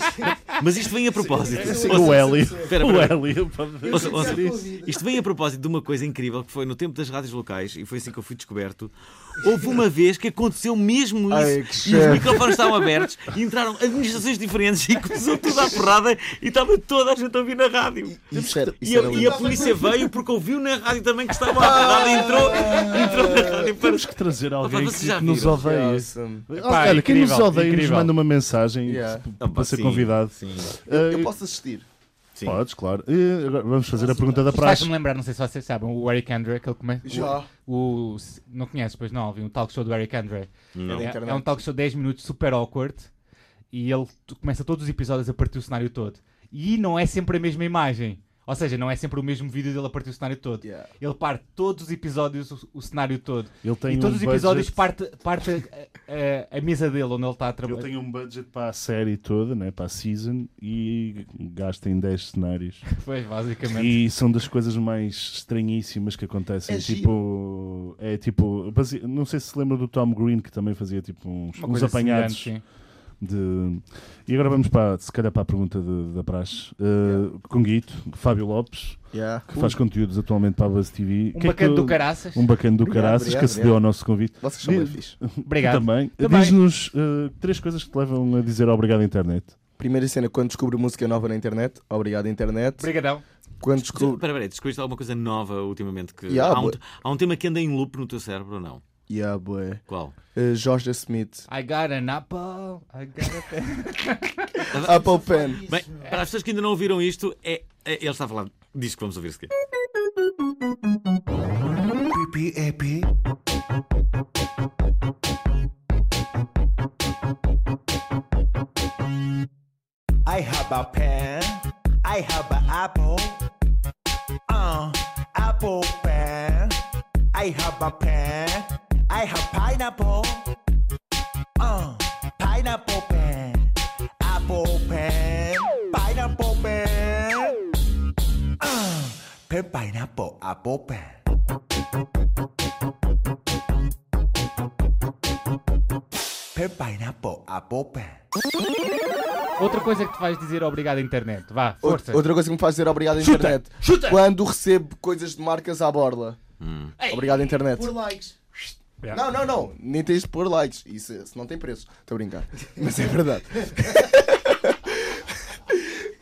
mas isto vem a propósito.
Sim,
Ouça-
o Hélio.
Espera,
O
espera.
Hélio. pá,
Ouça,
é
ouça.
disse.
Isto vem a propósito de uma coisa incrível que foi no tempo das rádios locais, e foi assim que eu fui descoberto. Houve uma vez que aconteceu mesmo
Ai, que
isso. e os
chefe.
microfones estavam abertos e entraram administrações diferentes e começou tudo à porrada e estava toda a gente a ouvir na rádio.
Isso era,
E
isso
a,
era
e
lindo.
a polícia veio porque ouviu na rádio também que estava à porrada e entrou, entrou na rádio para
Temos que trazer alguém
vocês já
que nos
viram?
odeia.
Awesome.
Epá,
Olha, quem nos
incrível,
odeia nos
incrível.
manda uma mensagem
Yeah.
p-
Ah, pá,
para ser
sim,
convidado.
Sim,
Eh,
Eu posso assistir.
sim.
Podes, claro. Eh, agora vamos fazer a pergunta da
Faz-me
praxe.
lembrar, não sei se vocês sabem, o Eric Andre, aquele come...
Já.
O... o- Não conheces, pois não, Alvin, o talk show do Eric Andre.
Não.
É,
internet.
é um talk show de 10 minutos super awkward e ele t- começa todos os episódios a partir o cenário todo. E não é sempre a mesma imagem. Ou seja, não é sempre o mesmo vídeo dele a partir do cenário todo. Ele parte todos os episódios, o, o cenário todo.
Ele tem
e
um
todos os episódios
budget-
parte, parte a, a- a mesa dele onde ele está a
Ele
trabalhar.
tem um budget para a série toda, né? para a season, e gasta em 10 cenários.
Pois, basicamente.
E são das coisas mais estranhíssimas que acontecem.
É giro.
tipo, é tipo. base- Não sei se se lembra do Tom Green que também fazia tipo uns,
Uma
uns
coisa
apanhados.
semelhante,
De... E agora vamos para, se calhar, para a pergunta de- da Praxe. Uh, Com Guito, Fábio Lopes,
Yeah.
que faz conteúdos atualmente para a Buzz
Um
TV. Que é que
bacana
tu-
do caraças.
Um bacana do
Obrigado,
Caraças
obrigado,
que acedeu ao
obrigado.
nosso convite.
Vocês são bem fixe.
Diz-
Obrigado.
Também.
Também.
Diz-nos uh, três coisas que te levam a dizer obrigado à internet.
Primeira cena, quando descubro música nova na internet, obrigado internet.
Obrigadão.
Quando
Espera,
descubro.
espera, descobriste alguma coisa nova ultimamente? que
Yeah,
há, um,
boy.
há um tema que anda em loop no teu cérebro ou não?
Yeah, boy.
Qual?
Uh, Georgia Smith.
I got an apple. I got a pen.
Apple Pen.
Bem, para as pessoas que ainda não ouviram isto, é, é- ele está a falar disso que vamos ouvir sequer.
PPAP.
I have a pen. I have an apple. Uh, apple pen. I have a pen. I have pineapple. Uh, pineapple pen. Apple pen. Pineapple pen. Uh, pen pineapple apple pen. Pen pineapple apple pen.
Outra coisa que te faz dizer obrigado à internet. Vá, força.
Outra, outra coisa que me faz dizer obrigado à internet.
chuta! Hum.
Quando recebo coisas de marcas à borla. Obrigado internet.
Por likes.
Não, não, não. Nem tens de pôr likes. Isso, isso não tem preço. Estou a brincar. Mas é verdade.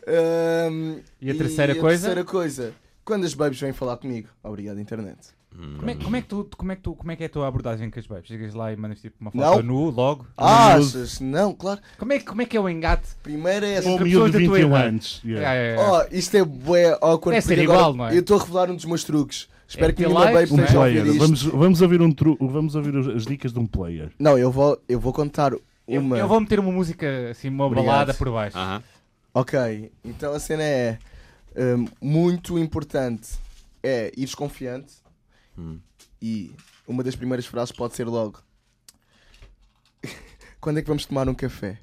Ahm,
E a terceira coisa?
terceira coisa. Quando as babes vêm falar comigo. Obrigado, internet.
Como é, como é que tu, como é que tu, como é que é a tua abordagem com as babes? Chegas lá e mandas tipo uma
Não.
foto nu, logo.
Ah, achas? Não, claro.
Como é, que- como é que é o engate?
Primeiro é
Com
essa.
um
Entre
miúdo de
pessoas da tua
21
idade.
anos. Yeah.
É, é, é.
Oh, isto é bué awkward.
Deve ser
porque
igual,
agora
não é?
Eu estou a revelar um dos meus truques. Espero que
ter
nenhuma babe
likes, é?
Um
Sim.
esteja a
player.
ouvir isto.
Vamos, vamos ouvir, um tru... vamos ouvir os- as dicas de um player.
Não, eu vou, eu vou contar
Eu,
uma.
eu vou meter uma música assim, uma
Obrigado.
balada por baixo.
Aham.
Ok, então a cena é hum, muito importante é ires confiante
Hum.
e uma das primeiras frases pode ser logo Quando é que vamos tomar um café?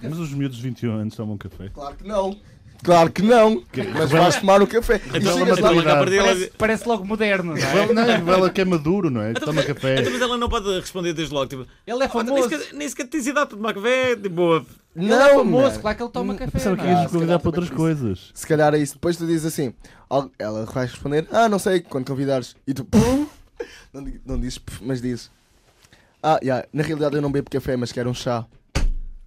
Mas os miúdos de 21 anos tomam café.
Claro que não! Claro que não! Mas vais tomar um café! E
Então,
chegas
então,
lá-
logo à partida, ela-
Parece, parece logo moderno, não é?
Não, ela que é maduro, não é? Toma
Então,
café.
mas ela não pode responder desde logo. Tipo,
Ele é
"Oh, nem
famoso.
sequer, nem sequer tens idade para tomar café. De boa.
Ele é
Não!
famoso,
man.
claro que ele toma café.
Pensava
não
que
é?
Ah,
ias convidar para outras coisas.
Se calhar é isso. Depois tu dizes assim, al- ela vai responder, ah, não sei, quando convidares. E tu, pum, não, di- não dizes, puf, mas dizes, ah, yeah, na realidade eu não bebo café, mas quero um chá.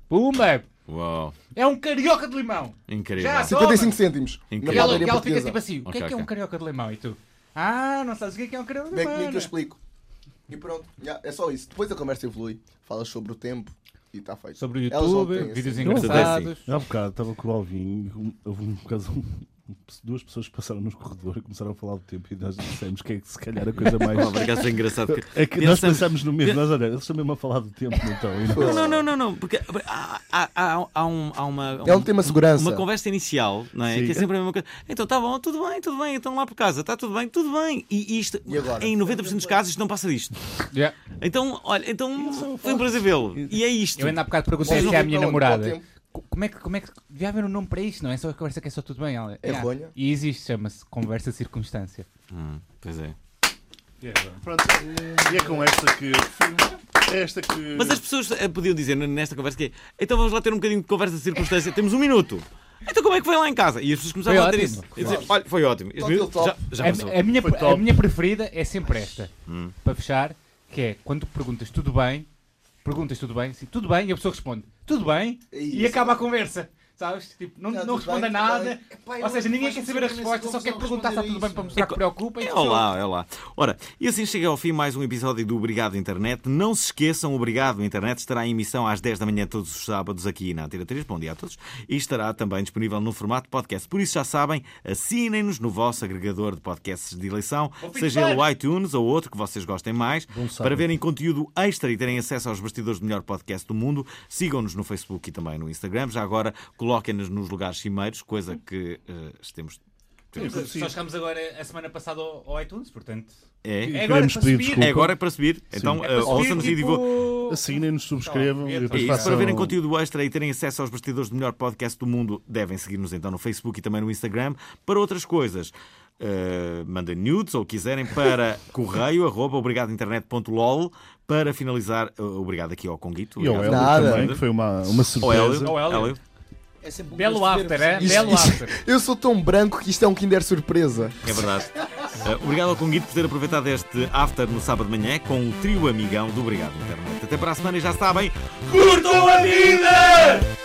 Pumba!
Uau,
Um É um carioca de limão!
incrível.
Já, só-
55 cêntimos.
Incrível.
Na
E ela, e
padaria
ela fica
portuguesa.
tipo assim: o que
Ok,
é que é um
ok.
carioca de limão? E tu? Ah, não sabes o que é que é um carioca de
Vem
limão?
comigo que eu
não é?"
explico. E pronto, já, é só isso. Depois a conversa evolui. Falas sobre o tempo e está feito.
Sobre o
Elas não
YouTube,
têm esse-
vídeos
Não sei.
engraçados.
Há bocado estava com o Alvin e um- houve um caso. um- Duas pessoas que passaram no corredor e começaram a falar do tempo e nós dissemos que é que se calhar a coisa mais.
Obrigado, foi engraçado. que-
É que nós
Pensamos-
pensámos no mesmo, nós olha, eles estão mesmo a falar do tempo, não estão? E nós-
Não, não, não, não, porque há, há- há- há um- há uma.
É um tema segurança.
Uma conversa inicial, não é?
Sim.
Que é sempre a mesma coisa. Então tá bom, tudo bem, tudo bem, então lá por casa, está tudo bem, tudo bem. E isto,
E agora?
em 90% dos casos, isto não passa disto.
Yeah.
Então, olha, então foi um prazer vê-lo. E é isto.
Eu ainda há bocado perguntei
Vocês
aqui à
vão
minha
para onde? Para o
namorada.
tempo?
co- Como é que. Como é que devia haver um nome para isto, não é? Só a conversa que é só tudo bem, ela.
É ronha.
E existe, chama-se conversa de circunstância.
Hum, pois é.
Pronto, e é com esta que. É esta que.
Mas as pessoas eh, podiam dizer nesta conversa que é, então vamos lá ter um bocadinho de conversa de circunstância, temos um minuto. Então como é que foi lá em casa? E as pessoas começavam
Foi
a ter
ótimo. É,
isso. E dizer, olha, foi ótimo. Este
Top,
minuto
top.
já, já passou. Hum.
A, a minha,
Foi
a
top.
minha preferida é sempre esta. Para fechar, que é quando tu perguntas tudo bem, perguntas tudo bem, assim, tudo bem, e a pessoa responde tudo bem,
É
e
isso.
acaba a conversa. Sabes? Tipo, não,
Tá,
não
tudo
responde
bem,
a
tudo
nada.
bem. Epá, eu
Ou seja,
acho
ninguém
que
quer
faz
saber a
sempre
resposta, só
confusão
quer perguntar se está
responder a
tudo bem
isso,
para
não é?
mostrar que preocupa. e
É
fechou.
olá, é olá. Ora, e assim chega ao fim mais um episódio do Obrigado Internet. Não se esqueçam, Obrigado Internet estará em emissão às 10 da manhã todos os sábados aqui na Antena 3. Bom dia a todos. E estará também disponível no formato podcast. Por isso já sabem, assinem-nos no vosso agregador de podcasts de eleição, seja ele o iTunes ou outro que vocês gostem mais, para verem conteúdo extra e terem acesso aos bastidores do melhor podcast do mundo. Sigam-nos no Facebook e também no Instagram. Já agora, coloquem-nos nos lugares cimeiros, coisa que eh, temos.
Só chegámos agora a semana passada ao ao iTunes, portanto.
É.
agora
queremos
para
pedir
subir.
desculpa.
É agora é para subir, então
É
eh,
para subir,
ouçam-nos e
tipo,
divulguem.
Assinem-nos, subscrevam e
É
depois um
isso.
façam...
Para verem conteúdo extra e terem acesso aos bastidores do melhor podcast do mundo, devem seguir-nos então no Facebook e também no Instagram. Para outras coisas, eh, mandem nudes ou quiserem para correio arroba obrigadointernet.lol para finalizar, eh, obrigado aqui ao Conguito.
E ao
obrigado.
Hélio
Nada.
também, que foi uma, uma
Ao
surpresa.
Hélio.
Ao Hélio.
Hélio.
É sempre um
Belo
gosto
after, é?
ver-vos.
Belo
Isto-
after.
Eu sou tão branco que isto é um Kinder Surpresa.
É verdade. Eh, obrigado ao Conguito por ter aproveitado este after no sábado de manhã com o trio amigão do Obrigado Internet. Até para a semana e já sabem, curtam a vida!